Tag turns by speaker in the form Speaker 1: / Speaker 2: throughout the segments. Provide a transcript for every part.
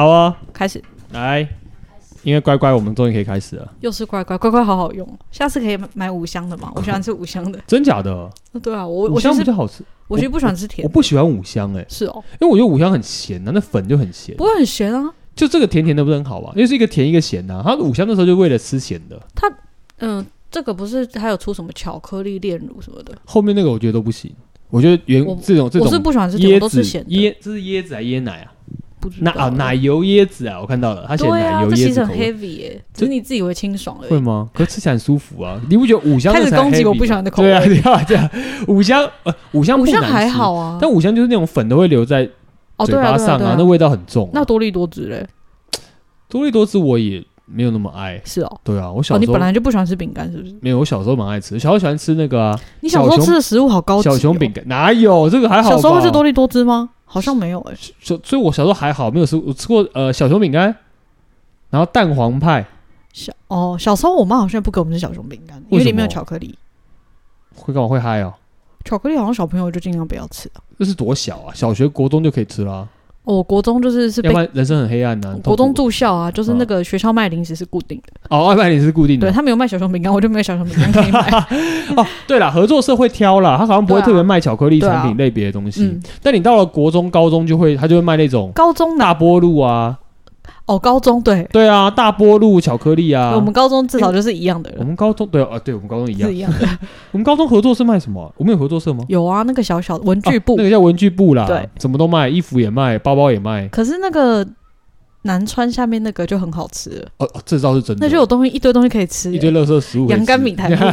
Speaker 1: 好啊，
Speaker 2: 开始，
Speaker 1: 来，因为乖乖，我们终于可以开始了，
Speaker 2: 又是乖乖，乖乖好好用，下次可以买五香的 嘛，我喜欢吃五香的。
Speaker 1: 真假的？
Speaker 2: 对啊，我
Speaker 1: 五
Speaker 2: 我
Speaker 1: 香
Speaker 2: 其
Speaker 1: 比
Speaker 2: 实
Speaker 1: 较好吃，
Speaker 2: 我其实不喜欢吃
Speaker 1: 我
Speaker 2: 甜，
Speaker 1: 不喜欢五香哎、
Speaker 2: 是哦，
Speaker 1: 因为我觉得五香很咸啊呐、那粉就很咸
Speaker 2: 不，会很咸啊。
Speaker 1: 就这个甜甜的不是很好啊吗？因为是一个甜一个咸呐、它五香那时候就为了吃咸的，
Speaker 2: 嗯，这个不是还有出什么巧克力炼乳什么的，
Speaker 1: 后面那个我觉得都不行，我觉得原
Speaker 2: 我
Speaker 1: 这种这种
Speaker 2: 我是不喜欢吃甜，我
Speaker 1: 椰
Speaker 2: 都
Speaker 1: 子
Speaker 2: 吃咸的。
Speaker 1: 椰这是椰子还是椰奶啊？
Speaker 2: 不知
Speaker 1: 奶
Speaker 2: 道
Speaker 1: 啊奶油椰子啊，我看到了，它写
Speaker 2: 对
Speaker 1: 奶
Speaker 2: 啊，
Speaker 1: 油
Speaker 2: 这
Speaker 1: 椰
Speaker 2: 其实
Speaker 1: 子
Speaker 2: 很
Speaker 1: 口味。
Speaker 2: heavy 耶，
Speaker 1: 这
Speaker 2: 只是你自己以为清爽而
Speaker 1: 会
Speaker 2: 已。
Speaker 1: 吗？可是吃起来很舒服啊！你不觉得五香
Speaker 2: 开
Speaker 1: 那
Speaker 2: 始
Speaker 1: 才
Speaker 2: 攻击
Speaker 1: heavy
Speaker 2: 我不喜欢的口味
Speaker 1: 对啊，你要这样。五香呃，五香
Speaker 2: 五
Speaker 1: 不
Speaker 2: 香
Speaker 1: 难
Speaker 2: 还
Speaker 1: 吃
Speaker 2: 好啊，
Speaker 1: 但五香就是那种粉都会留在
Speaker 2: 哦
Speaker 1: 嘴
Speaker 2: 对
Speaker 1: 巴
Speaker 2: 啊对啊
Speaker 1: 上
Speaker 2: 对
Speaker 1: 啊，那味道很重啊。
Speaker 2: 那多利多汁嘞，
Speaker 1: 多利多汁我也没有那么爱。
Speaker 2: 是哦。
Speaker 1: 对啊，我
Speaker 2: 哦，
Speaker 1: 小
Speaker 2: 你
Speaker 1: 时候
Speaker 2: 本来就不喜欢吃饼干是不是？
Speaker 1: 没有，我小时候蛮爱吃，小时候喜欢吃那个啊
Speaker 2: 你小时候
Speaker 1: 熊
Speaker 2: 吃的食物好高级哦。
Speaker 1: 小熊饼干，哪有这个还好吧？
Speaker 2: 小时候会吃多利多汁吗？好像没有哎。
Speaker 1: 所所以我小时候还好，没有吃我吃过呃小熊饼干，然后蛋黄派
Speaker 2: 小哦，小时候我妈好像不给我们吃小熊饼干，因
Speaker 1: 为
Speaker 2: 为
Speaker 1: 什
Speaker 2: 里面有
Speaker 1: 么
Speaker 2: 巧克力。
Speaker 1: 会干嘛会嗨哦？
Speaker 2: 巧克力好像小朋友就尽量不要吃、啊。
Speaker 1: 这是多小啊！小学、国中就可以吃啦、啊
Speaker 2: 哦，我国中就是是
Speaker 1: 要
Speaker 2: 被
Speaker 1: 不然人生很黑暗呐、啊。
Speaker 2: 国中
Speaker 1: 痛苦
Speaker 2: 住校啊，就是
Speaker 1: 嗯
Speaker 2: 那个学校卖零食是固定的，
Speaker 1: 哦，外卖你是固定
Speaker 2: 对
Speaker 1: 的。
Speaker 2: 他没有卖小熊饼干，我就没有小熊饼干可以 买。
Speaker 1: 哦，对了，合作社会挑啦，他好像不会
Speaker 2: 对啊
Speaker 1: 特别卖巧克力
Speaker 2: 对啊
Speaker 1: 产品类别的东西。
Speaker 2: 嗯，
Speaker 1: 但你到了国中、高中就会，他就会卖那种
Speaker 2: 高中的
Speaker 1: 大波露啊，
Speaker 2: 哦，高中对、
Speaker 1: 对啊，大波露巧克力啊。
Speaker 2: 我们高中至少就是一样的
Speaker 1: 我
Speaker 2: 人，
Speaker 1: 们高中对啊，对我们高中一样
Speaker 2: 是。一 样的。
Speaker 1: 我们高中合作社卖什么啊？我们有合作社吗？
Speaker 2: 有啊，那个小小的文具
Speaker 1: 啊
Speaker 2: 部，
Speaker 1: 那个叫文具部啦，
Speaker 2: 对，
Speaker 1: 什么都卖，衣服也卖，包包也卖。
Speaker 2: 可是那个南川下面那个就很好吃了，
Speaker 1: 哦，哦这招是真的。
Speaker 2: 那就有东西一堆东西可以吃、
Speaker 1: 一堆垃圾食物可以吃，
Speaker 2: 洋甘米苔目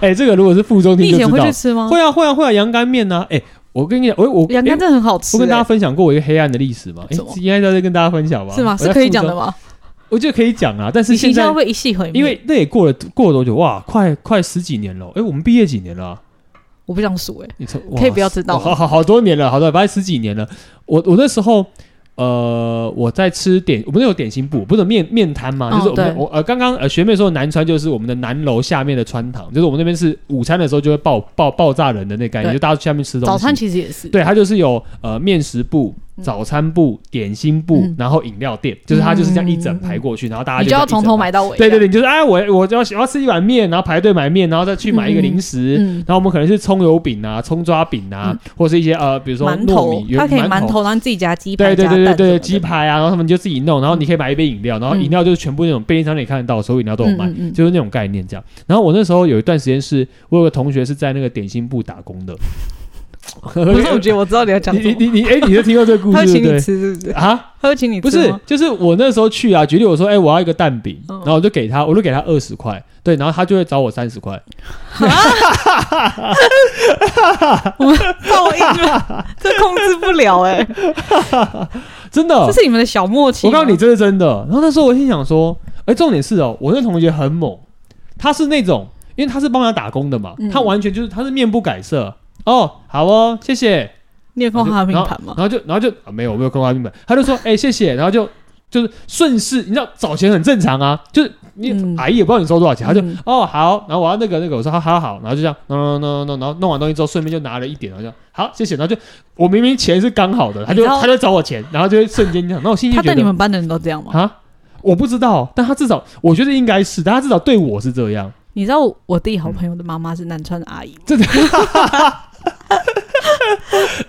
Speaker 1: 哎、这个如果是附中听
Speaker 2: 你以
Speaker 1: 就
Speaker 2: 前
Speaker 1: 知
Speaker 2: 会
Speaker 1: 道
Speaker 2: 去，吃吗？
Speaker 1: 会啊会啊会啊，羊肝面呐、啊。哎、我跟你讲，我我
Speaker 2: 洋甘
Speaker 1: 哎
Speaker 2: 真的很好吃、
Speaker 1: 我跟大家
Speaker 2: 欸，
Speaker 1: 分享过我一个黑暗的历史嘛，哎、
Speaker 2: 什么
Speaker 1: 应该在这跟大家分享吧？
Speaker 2: 是吗？
Speaker 1: 啊我
Speaker 2: 是
Speaker 1: 在
Speaker 2: 可以
Speaker 1: 附
Speaker 2: 讲的
Speaker 1: 中？
Speaker 2: 吗？
Speaker 1: 我觉得可以讲啊，但是
Speaker 2: 你形
Speaker 1: 现
Speaker 2: 象
Speaker 1: 在
Speaker 2: 会不会一系毁灭？
Speaker 1: 因为那也过了过了多久哇？快快十几年了，哎、我们毕业几年了啊、
Speaker 2: 我不想数哎、
Speaker 1: 你从
Speaker 2: 可以不要知道吗
Speaker 1: 好好好多年了，好多反正十几年了。我我那时候，呃，我在吃点，我们那有点心部，不是有面面摊嘛，
Speaker 2: 嗯
Speaker 1: 就是我们
Speaker 2: 对
Speaker 1: 我呃刚刚呃学妹说的南川就是我们的南楼下面的川堂，就是我们那边是午餐的时候就会爆爆爆炸人的那概念，
Speaker 2: 对
Speaker 1: 就大家去下面吃东西。
Speaker 2: 早餐其实也是，
Speaker 1: 对，它就是有呃面食部、
Speaker 2: 嗯
Speaker 1: 早餐部、点心部，
Speaker 2: 嗯
Speaker 1: 然后饮料店，就是它就是这样一整
Speaker 2: 嗯
Speaker 1: 排
Speaker 2: 嗯嗯
Speaker 1: 过去，然后大家
Speaker 2: 你就要
Speaker 1: 这样一
Speaker 2: 从头
Speaker 1: 整排。
Speaker 2: 买到尾。
Speaker 1: 对对对，你就是哎，我我就要我要吃一碗面，然后排队买面，然后再去买一个
Speaker 2: 嗯
Speaker 1: 零食，
Speaker 2: 嗯，
Speaker 1: 然后我们可能是葱油饼啊、葱抓饼啊，或是一些呃，比如说
Speaker 2: 馒
Speaker 1: 糯
Speaker 2: 头
Speaker 1: 米、，
Speaker 2: 它可以
Speaker 1: 馒
Speaker 2: 馒头，然后自己加鸡
Speaker 1: 对
Speaker 2: 排、
Speaker 1: 对
Speaker 2: 加
Speaker 1: 对对
Speaker 2: 蛋什么
Speaker 1: 对，
Speaker 2: 的嗯
Speaker 1: 鸡排啊，然后他们就自己弄，然后你可以买一杯饮料，然后饮料就是全部那种便利商店看得到，所有饮料都有卖，
Speaker 2: 嗯嗯嗯
Speaker 1: 就是那种概念这样。然后我那时候有一段时间是，我有个同学是在那个点心部打工的，
Speaker 2: 不是，我觉得我知道你要讲
Speaker 1: 你
Speaker 2: 什
Speaker 1: 你
Speaker 2: 么。
Speaker 1: 你你哎，你就听过这个故
Speaker 2: 他会
Speaker 1: 事对不对？
Speaker 2: 请你吃，是不是？
Speaker 1: 啊，
Speaker 2: 他会请你吃
Speaker 1: 不是
Speaker 2: 吗，
Speaker 1: 就是我那时候去啊，举例我说，哎、我要一个蛋饼，
Speaker 2: 嗯
Speaker 1: 然后我就给他，我就给他二十块，对，然后他就会找我三十块，
Speaker 2: 报应了，这控制不了哎、
Speaker 1: 真的，
Speaker 2: 这是你们的小默契
Speaker 1: 我
Speaker 2: 吗。
Speaker 1: 告诉你，这是真的。然后那时候我心想说，哎、重点是哦，我那同学很猛，他是那种，因为他是帮忙打工的嘛，
Speaker 2: 嗯
Speaker 1: 他完全就是他是面不改色。哦，好哦，谢谢。
Speaker 2: 你有
Speaker 1: 然
Speaker 2: 看
Speaker 1: 后就
Speaker 2: 过他的
Speaker 1: 然
Speaker 2: 命
Speaker 1: 后
Speaker 2: 盘吗？
Speaker 1: 然后就然后就、啊没有，我没有看他命盘。他就说，哎、谢谢。然后就就是顺势，你知道找钱很正常啊，就是你、
Speaker 2: 嗯
Speaker 1: 阿姨也不知道你收多少钱，他就。
Speaker 2: 嗯
Speaker 1: 哦，好，然后我要那个那个，我说好好好，然后就这样，弄弄弄弄弄，然后弄完东西之后，顺便就拿了一点，然后就好，谢谢，然后就我明明钱是刚好的，他就
Speaker 2: 你知道
Speaker 1: 他就找我钱，然后就会瞬间这样，那我心里
Speaker 2: 他
Speaker 1: 就觉
Speaker 2: 对你
Speaker 1: 得
Speaker 2: 们班的人都这样吗？
Speaker 1: 啊，我不知道，但他至少我觉得应该是，但他至少对我是这样，
Speaker 2: 你知道我弟好朋友的妈妈是南川的阿姨吗，
Speaker 1: 真的。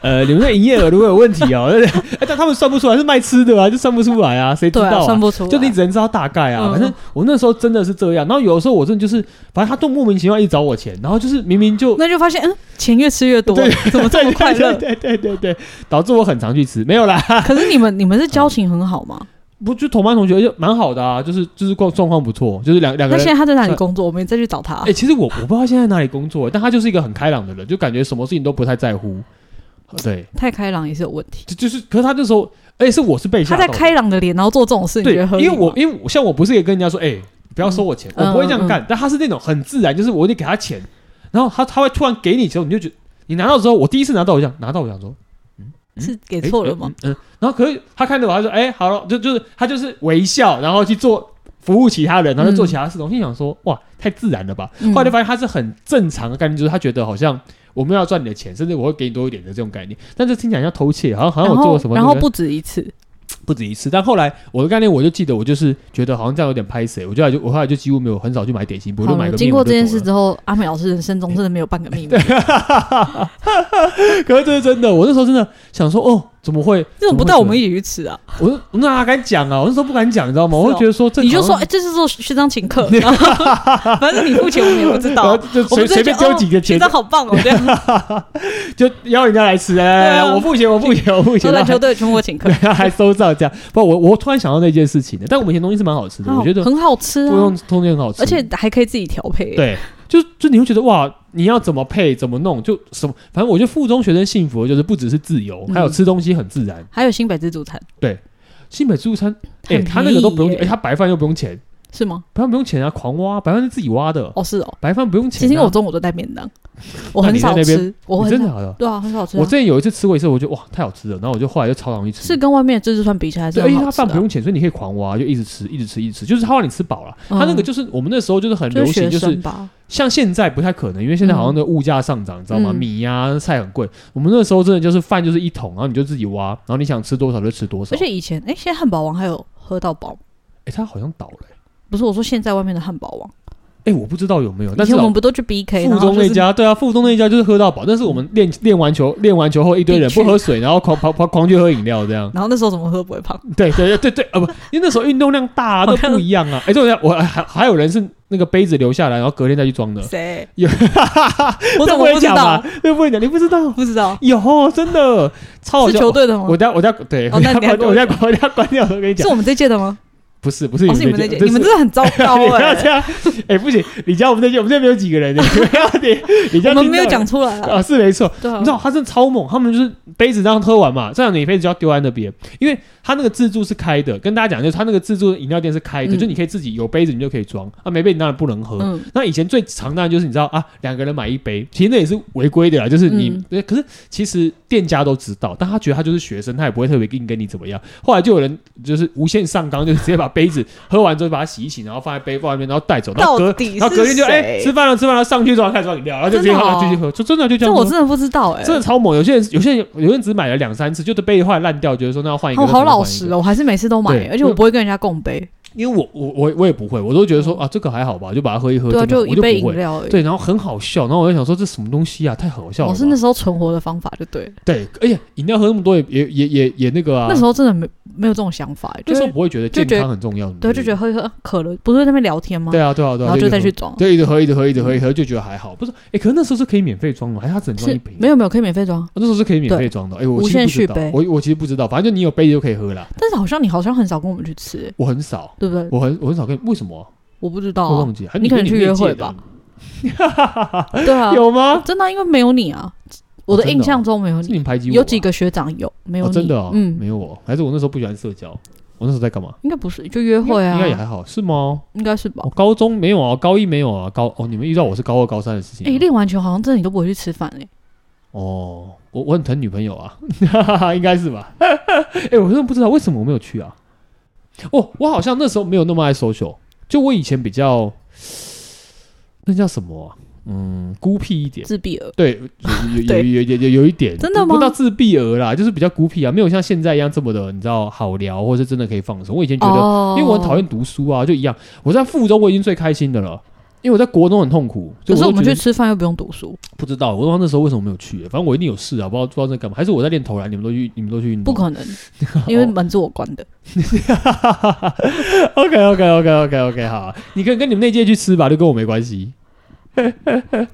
Speaker 1: 呃，你们的营业额如果有问题 哦，对不对哎但他们算不出来是卖吃的啊，就算不出来啊，谁知
Speaker 2: 对
Speaker 1: 道
Speaker 2: 啊，
Speaker 1: 啊？
Speaker 2: 算不出来。
Speaker 1: 就你只能知道大概啊，
Speaker 2: 嗯
Speaker 1: 反正我那时候真的是这样。然后有的时候我真的就是，反正他都莫名其妙一直找我钱，然后就是明明就
Speaker 2: 那就发现，嗯，钱越吃越多
Speaker 1: 对，
Speaker 2: 怎么这么快乐？
Speaker 1: 对对对对对，导致我很常去吃，没有啦，
Speaker 2: 可是你们你们是交情很好吗？
Speaker 1: 不就同班同学就蛮好的啊，就是就是状状况不错，就是两两个
Speaker 2: 那现
Speaker 1: 人。
Speaker 2: 在他在哪里工作？我们再去找他。
Speaker 1: 哎、其实我我不知道他现在哪里工作，但他就是一个很开朗的人，就感觉什么事情都不太在乎。对，
Speaker 2: 太开朗也是有问题。
Speaker 1: 就就是，可是他那时候，哎、是我是被
Speaker 2: 他
Speaker 1: 吓
Speaker 2: 在
Speaker 1: 到的
Speaker 2: 开朗的脸，然后做这种事，你
Speaker 1: 对
Speaker 2: 觉得合，理
Speaker 1: 因为
Speaker 2: 吗
Speaker 1: 我因为我像我不是也跟人家说，哎、不要收我钱，
Speaker 2: 嗯
Speaker 1: 我不会这样干，但他是那种很自然，就是我得给他钱，然后他他会突然给你之后，你就觉得你拿到之后，我第一次拿到我想拿到我想说，
Speaker 2: 是给错了吗？
Speaker 1: 诶？嗯，嗯然后可是他看着我，他说：“哎、好了，就就是他就是微笑，然后去做服务其他人，然后就做其他事。我心想说：“哇，太自然了吧！”
Speaker 2: 嗯
Speaker 1: 后来就发现他是很正常的概念，就是他觉得好像我们要赚你的钱，甚至我会给你多一点的这种概念。但这听起来像偷窃，好像好像
Speaker 2: 然
Speaker 1: 我做了
Speaker 2: 后
Speaker 1: 什么、
Speaker 2: 然后不止一次，
Speaker 1: 不止一次。但后来我的概念，我就记得我就是觉得好像这样有点拍谁，我就后来就我后来就几乎没有很少去买点心，我就
Speaker 2: 好
Speaker 1: 买
Speaker 2: 了，
Speaker 1: 个
Speaker 2: 经
Speaker 1: 面
Speaker 2: 过
Speaker 1: 我
Speaker 2: 这
Speaker 1: 就
Speaker 2: 件
Speaker 1: 走
Speaker 2: 事
Speaker 1: 了啊
Speaker 2: 之后，阿美老师人生中真的没有 半个秘密，
Speaker 1: 可是这是真的，我那时候真的想说，哦，怎么会？
Speaker 2: 这种不
Speaker 1: 怎么会
Speaker 2: 带我们
Speaker 1: 这
Speaker 2: 一起去吃啊？
Speaker 1: 样，我就我哪敢讲啊？我那时候不敢讲，你知道吗？
Speaker 2: 是哦
Speaker 1: 我就觉得说啊这
Speaker 2: 你就
Speaker 1: 好
Speaker 2: 说，
Speaker 1: 像
Speaker 2: 哎，这是做学长 请客，然后 反正你付钱我们也不知
Speaker 1: 然后
Speaker 2: 道，
Speaker 1: 就
Speaker 2: 我
Speaker 1: 随
Speaker 2: 们
Speaker 1: 随便丢几个
Speaker 2: 学
Speaker 1: 钱
Speaker 2: 长好棒 哦，这样
Speaker 1: 就邀人家来吃，来来
Speaker 2: 对
Speaker 1: 来，
Speaker 2: 啊
Speaker 1: 我付钱，我付钱，我付
Speaker 2: 说
Speaker 1: 钱，
Speaker 2: 篮
Speaker 1: 然后
Speaker 2: 球队全部我请客
Speaker 1: 还， 对，还收账这样。不，我我突然想到那件事情了，但我们以前东西是蛮好吃的，
Speaker 2: 很好
Speaker 1: 我觉得
Speaker 2: 很好吃
Speaker 1: 不
Speaker 2: 啊
Speaker 1: 用，通天很好吃，
Speaker 2: 而且还可以自己调配。
Speaker 1: 对，就就你会觉得哇，你要怎么配怎么弄，就什么，反正我觉得附中学生幸福的就是不只是自由，还有
Speaker 2: 嗯
Speaker 1: 吃东西很自然。
Speaker 2: 还有新北自助餐
Speaker 1: 新北自助餐，哎、
Speaker 2: 很
Speaker 1: 他那个都不用，
Speaker 2: 便宜
Speaker 1: 哎、
Speaker 2: 耶
Speaker 1: 他白饭又不用钱，
Speaker 2: 是吗？
Speaker 1: 白饭不用钱啊，狂挖，白饭是自己挖的，
Speaker 2: 哦，是哦。
Speaker 1: 白饭不用钱、啊。
Speaker 2: 其实因为我中午都带便当，我很少
Speaker 1: 那你在那
Speaker 2: 吃，我
Speaker 1: 你
Speaker 2: 很
Speaker 1: 真的
Speaker 2: 少
Speaker 1: 好的，
Speaker 2: 对啊，很少吃啊。
Speaker 1: 我之前有一次吃过一次，我觉得哇太好吃了，然后我就后来就超常去吃。
Speaker 2: 是跟外面的自助餐比起来是
Speaker 1: 对，而且
Speaker 2: 很
Speaker 1: 他
Speaker 2: 好吃
Speaker 1: 饭不
Speaker 2: 的啊，
Speaker 1: 用钱，所以你可以狂挖，就一直吃，一直吃，一直吃，就是他让你吃饱了。他那个
Speaker 2: 嗯
Speaker 1: 就是我们那时候就是很
Speaker 2: 就
Speaker 1: 流
Speaker 2: 是
Speaker 1: 行，
Speaker 2: 学
Speaker 1: 就是
Speaker 2: 生吧，
Speaker 1: 像现在不太可能，因为现在好像那个物价上涨，你知道吗？
Speaker 2: 嗯
Speaker 1: 米呀、菜很贵。我们那时候真的就是饭就是一桶，然后你就自己挖，然后你想吃多少就吃多少。
Speaker 2: 而且以前哎，现在汉堡王还有喝到饱，
Speaker 1: 哎、他好像倒了、欸。
Speaker 2: 不是我说现在外面的汉堡王，
Speaker 1: 哎、我不知道有没有，但
Speaker 2: 以
Speaker 1: 是
Speaker 2: 前我
Speaker 1: 老
Speaker 2: 们不都去 BK，
Speaker 1: 附
Speaker 2: 然后
Speaker 1: 中
Speaker 2: 就
Speaker 1: 那
Speaker 2: 是
Speaker 1: 家，对啊，附中那一家就是喝到饱，但是我们练练完球，练完球后一堆人
Speaker 2: 必去
Speaker 1: 不喝水，然后狂跑跑狂去喝饮料，这样。
Speaker 2: 然后那时候怎么喝不会胖？
Speaker 1: 对对对对对，啊不，因为那时候运动量大、啊，都不一 样啊。哎、对啊，我还还有人是那个杯子留下来，然后隔天再去装的。
Speaker 2: 谁？
Speaker 1: 有
Speaker 2: 我怎
Speaker 1: 这
Speaker 2: 么不
Speaker 1: 能
Speaker 2: 知
Speaker 1: 讲吧
Speaker 2: 道？？
Speaker 1: 这不能讲，你不知道？
Speaker 2: 不知道
Speaker 1: 有真的超好
Speaker 2: 是
Speaker 1: 笑。
Speaker 2: 球队的吗
Speaker 1: 我？等下我等下对，
Speaker 2: 哦
Speaker 1: 我
Speaker 2: 那
Speaker 1: 等下
Speaker 2: 你
Speaker 1: 关
Speaker 2: 还
Speaker 1: 我等下关我等下关掉，我跟你
Speaker 2: 是
Speaker 1: 讲，
Speaker 2: 我们这届的吗？
Speaker 1: 不是不是
Speaker 2: 哦，
Speaker 1: 你
Speaker 2: 是你们
Speaker 1: 们
Speaker 2: 这届，
Speaker 1: 届，
Speaker 2: 你们
Speaker 1: 这
Speaker 2: 真
Speaker 1: 是。
Speaker 2: 的很糟
Speaker 1: 你
Speaker 2: 糕
Speaker 1: 不要
Speaker 2: 哎
Speaker 1: 这！样，哎，不行，你加我们这届，我们这届没有几个人呢，你不要你，你这样
Speaker 2: 我们
Speaker 1: 听
Speaker 2: 没有
Speaker 1: 到
Speaker 2: 讲出来啊，
Speaker 1: 啊，是没错，
Speaker 2: 对啊
Speaker 1: 你知，道他真的超猛，他们就是杯子这样喝完嘛，这样你杯子就要丢在那边，因为他那个自助是开的，跟大家讲就是他那个自助饮料店是开的，
Speaker 2: 嗯
Speaker 1: 就你可以自己有杯子你就可以装，啊没杯子你当然不能喝。
Speaker 2: 嗯，
Speaker 1: 那以前最常当然就是你知道啊，两个人买一杯，其实那也是违规的啦，就是你、
Speaker 2: 嗯
Speaker 1: 对可是其实店家都知道，但他觉得他就是学生，他也不会特别硬跟你怎么样。后来就有人就是无限上纲，就 直接把杯子喝完之后把它洗一洗，然后放在杯放在那边，然后带走，然后
Speaker 2: 到
Speaker 1: 隔。
Speaker 2: 底
Speaker 1: 然后隔天
Speaker 2: 是
Speaker 1: 就哎、吃
Speaker 2: 谁？
Speaker 1: 饭了，吃饭了，上去之后开始装饮料，然后就直接
Speaker 2: 真的哦
Speaker 1: 喝，继续喝，就真的就这
Speaker 2: 这
Speaker 1: 样喝。
Speaker 2: 我真的不知道哎，
Speaker 1: 真的超猛！有些人有些人有些人只买了两三次，就的杯子后来烂掉，觉得说那要换一个。
Speaker 2: 我
Speaker 1: 那可
Speaker 2: 好
Speaker 1: 能
Speaker 2: 老
Speaker 1: 换一个
Speaker 2: 实哦，我还是每次都买
Speaker 1: 对，
Speaker 2: 而且我不会跟人家共杯，
Speaker 1: 因为我我我我也不会，我都觉得说啊这个还好吧，就把它喝一喝，
Speaker 2: 嗯对啊，
Speaker 1: 真的
Speaker 2: 就
Speaker 1: 我
Speaker 2: 一
Speaker 1: 就
Speaker 2: 杯
Speaker 1: 不
Speaker 2: 饮
Speaker 1: 会。
Speaker 2: 料而已。
Speaker 1: 对，然后很好笑，然后我就想说这什么东西啊，太好笑了
Speaker 2: 我
Speaker 1: 吧。
Speaker 2: 是那时候存哦活的方法就对了，
Speaker 1: 对，而且饮料喝那么多也也也也也那个啊。
Speaker 2: 那时候真的没没有这种想法，欸就
Speaker 1: 那时候
Speaker 2: 是
Speaker 1: 不会觉得
Speaker 2: 就
Speaker 1: 健
Speaker 2: 觉得
Speaker 1: 康很重要，
Speaker 2: 对，就觉得喝一喝渴了，不是在那边聊天吗？
Speaker 1: 对啊对啊对啊，
Speaker 2: 然后就
Speaker 1: 一直
Speaker 2: 再
Speaker 1: 喝
Speaker 2: 去装，
Speaker 1: 对一直喝一直喝一直喝一直喝就觉得还好，不是？哎，可是那时候是可以免费装的吗，哎还是他只能装一
Speaker 2: 是
Speaker 1: 瓶？
Speaker 2: 没有没有可以免费装，
Speaker 1: 那时候是可以免
Speaker 2: 对
Speaker 1: 费装的。哎，我
Speaker 2: 无
Speaker 1: 其实
Speaker 2: 限
Speaker 1: 不
Speaker 2: 续
Speaker 1: 知道
Speaker 2: 杯，
Speaker 1: 我我其实不知道，反正就你有杯子就可以喝了。
Speaker 2: 但是好像你好像很少跟我们去吃，欸
Speaker 1: 我很少，
Speaker 2: 对不对？
Speaker 1: 我很我很少跟为什么啊？
Speaker 2: 我不知道
Speaker 1: 我
Speaker 2: 啊
Speaker 1: 忘，记，还
Speaker 2: 你可
Speaker 1: 跟
Speaker 2: 能去
Speaker 1: 妹
Speaker 2: 约
Speaker 1: 借
Speaker 2: 会
Speaker 1: 的
Speaker 2: 吧对啊，
Speaker 1: 有吗？
Speaker 2: 真的啊因为没有你啊，我的
Speaker 1: 真的
Speaker 2: 印
Speaker 1: 哦
Speaker 2: 象中没有
Speaker 1: 是
Speaker 2: 你，
Speaker 1: 你们排挤我吧？啊
Speaker 2: 有几个学长有没有
Speaker 1: 哦
Speaker 2: 你？
Speaker 1: 真的哦，
Speaker 2: 嗯，
Speaker 1: 没有我，还是我那时候不喜欢社交。我那时候在干嘛？
Speaker 2: 应该不是，就约会
Speaker 1: 应该也还
Speaker 2: 啊，
Speaker 1: 好，是吗？
Speaker 2: 应该是吧
Speaker 1: 我、？高中没有啊，高一没有啊，高哦，你们遇到我是高二、高三的事情
Speaker 2: 哎，
Speaker 1: 啊。
Speaker 2: 练完球好像真的你都不会去吃饭哎，
Speaker 1: 哦，我我很疼女朋友啊， 应该是吧？ 哎、我真的不知道为什么我没有去啊。哦，我好像那时候没有那么爱 social，就我以前比较，那叫什么、啊？嗯，孤僻一点。
Speaker 2: 自闭了。
Speaker 1: 对， 有有有有有有一点，
Speaker 2: 真的吗
Speaker 1: 不到自闭儿啦，就是比较孤僻啊，没有像现在一样这么的，你知道好聊，或是真的可以放松。我以前觉得，
Speaker 2: 哦
Speaker 1: 因为我很讨。厌读书啊，就一样。我在附中我已经最开心的了，因为我在国中很痛苦，所
Speaker 2: 可
Speaker 1: 以
Speaker 2: 是
Speaker 1: 我
Speaker 2: 我
Speaker 1: 都
Speaker 2: 们
Speaker 1: 觉得
Speaker 2: 去吃饭又不用读书，
Speaker 1: 不知道，我不知道那时候为什么没有去，反正我一定有事啊，不知道不知道在干嘛，还是我在练投篮，你们都去，你们都去运动，
Speaker 2: 不 可能，因为门是我关的。
Speaker 1: OK OK OK OK OK 好，你可以跟你们那届去吃吧，就跟我没关系。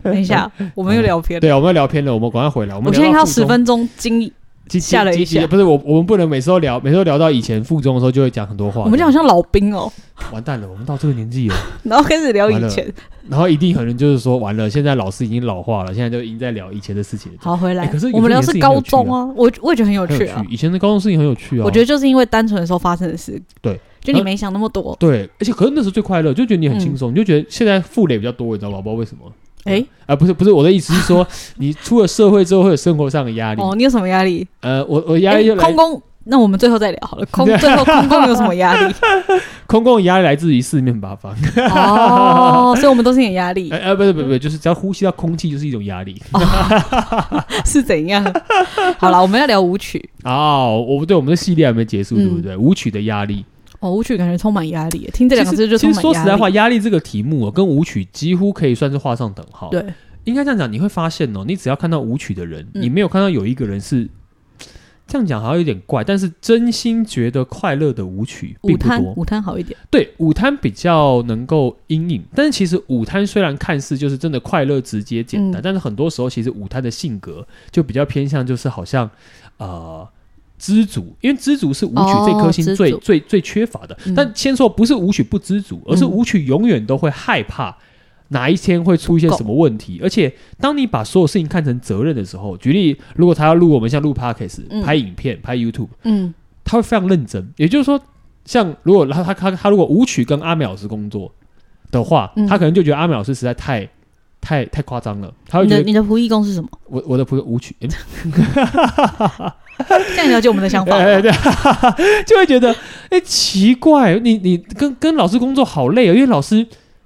Speaker 2: 等一下，我们又聊偏了。
Speaker 1: 对啊，我们要聊偏了，我们赶快回来，我们
Speaker 2: 我现
Speaker 1: 聊
Speaker 2: 在应
Speaker 1: 到
Speaker 2: 该要
Speaker 1: 附中
Speaker 2: 十分钟经，
Speaker 1: 几几
Speaker 2: 吓了一
Speaker 1: 几
Speaker 2: 下
Speaker 1: 不是我，我们不能每次都聊，每次都聊到以前附中的时候就会讲很多话。
Speaker 2: 我们就好像老兵哦，
Speaker 1: 完蛋了，我们到这个年纪了，
Speaker 2: 然后开始聊以前。
Speaker 1: 然后一定很多人就是说，完了，现在老师已经老化了，现在就已经在聊以前的事情了。
Speaker 2: 好，回来
Speaker 1: 哎可是有时候
Speaker 2: 我们聊是高中啊，我我也觉得很有
Speaker 1: 很
Speaker 2: 趣
Speaker 1: 有
Speaker 2: 啊
Speaker 1: 趣，。以前的高中事情很有趣啊。
Speaker 2: 我觉得就是因为单纯的时候发生的事，
Speaker 1: 对，
Speaker 2: 就你没想那么多。
Speaker 1: 对，而且可是那时候最快乐，就觉得你很
Speaker 2: 嗯
Speaker 1: 轻松，你就觉得现在负累比较多，你知道吗？不知道为什么。
Speaker 2: 哎，
Speaker 1: 啊，不是不是，我的意思是说，你出了社会之后会有生活上的压力。
Speaker 2: 哦，你有什么压力？
Speaker 1: 呃，我我压
Speaker 2: 哎
Speaker 1: 力就，来
Speaker 2: 空空那我们最后再聊好了。空最后空空有什么压力？
Speaker 1: 空共压力来自于四面八方。
Speaker 2: 哦，所以我们都是你的压力
Speaker 1: 哎、哎，不是不是不是，就是只要呼吸到空气就是一种压力。
Speaker 2: 是怎样？好了，我们要聊舞曲
Speaker 1: 哦，我不对，我们的系列还没结束，
Speaker 2: 嗯
Speaker 1: 对不对？舞曲的压力，
Speaker 2: 哦，舞曲感觉充满压力，听这两个字就
Speaker 1: 其
Speaker 2: 充
Speaker 1: 实
Speaker 2: 满
Speaker 1: 说
Speaker 2: 压
Speaker 1: 实
Speaker 2: 力。
Speaker 1: 在话，压力这个题目、哦、跟舞曲几乎可以算是画上等号。，
Speaker 2: 对，
Speaker 1: 应该这样讲，你会发现哦，你只要看到舞曲的人，
Speaker 2: 嗯
Speaker 1: 你没有看到有一个人是这样讲，好像有点怪，但是真心觉得快乐的舞曲并不
Speaker 2: 舞摊
Speaker 1: 多。
Speaker 2: 舞摊好一点，
Speaker 1: 对，舞摊比较能够阴影，但是其实舞摊虽然看似就是真的快乐、直接、简单，
Speaker 2: 嗯
Speaker 1: 但是很多时候其实舞摊的性格就比较偏向就是好像呃。知足，因为知足是舞曲
Speaker 2: 哦
Speaker 1: 这颗星
Speaker 2: 知
Speaker 1: 最、
Speaker 2: 足
Speaker 1: 最最缺乏的。
Speaker 2: 嗯
Speaker 1: 但先说不是舞曲不知足，而是
Speaker 2: 嗯
Speaker 1: 舞曲永远都会害怕哪一天会出现
Speaker 2: 不够
Speaker 1: 什么问题。而且，当你把所有事情看成责任的时候，举例，如果他要录我们像录 podcast、
Speaker 2: 嗯
Speaker 1: 拍影片、拍 YouTube，
Speaker 2: 嗯
Speaker 1: 他会非常认真。也就是说，像如果他他他他如果舞曲跟阿美老师工作的话，
Speaker 2: 嗯
Speaker 1: 他可能就觉得阿美老师实在太太太夸张了，他会
Speaker 2: 你
Speaker 1: 觉
Speaker 2: 的
Speaker 1: 得
Speaker 2: 你的仆役工是什么？
Speaker 1: 我我的朋友舞曲，嗯
Speaker 2: 这样了解我们的想法吗。
Speaker 1: 哎 哎对， 就会觉得哎、奇怪，你你跟跟老师工作好累哦，因为老师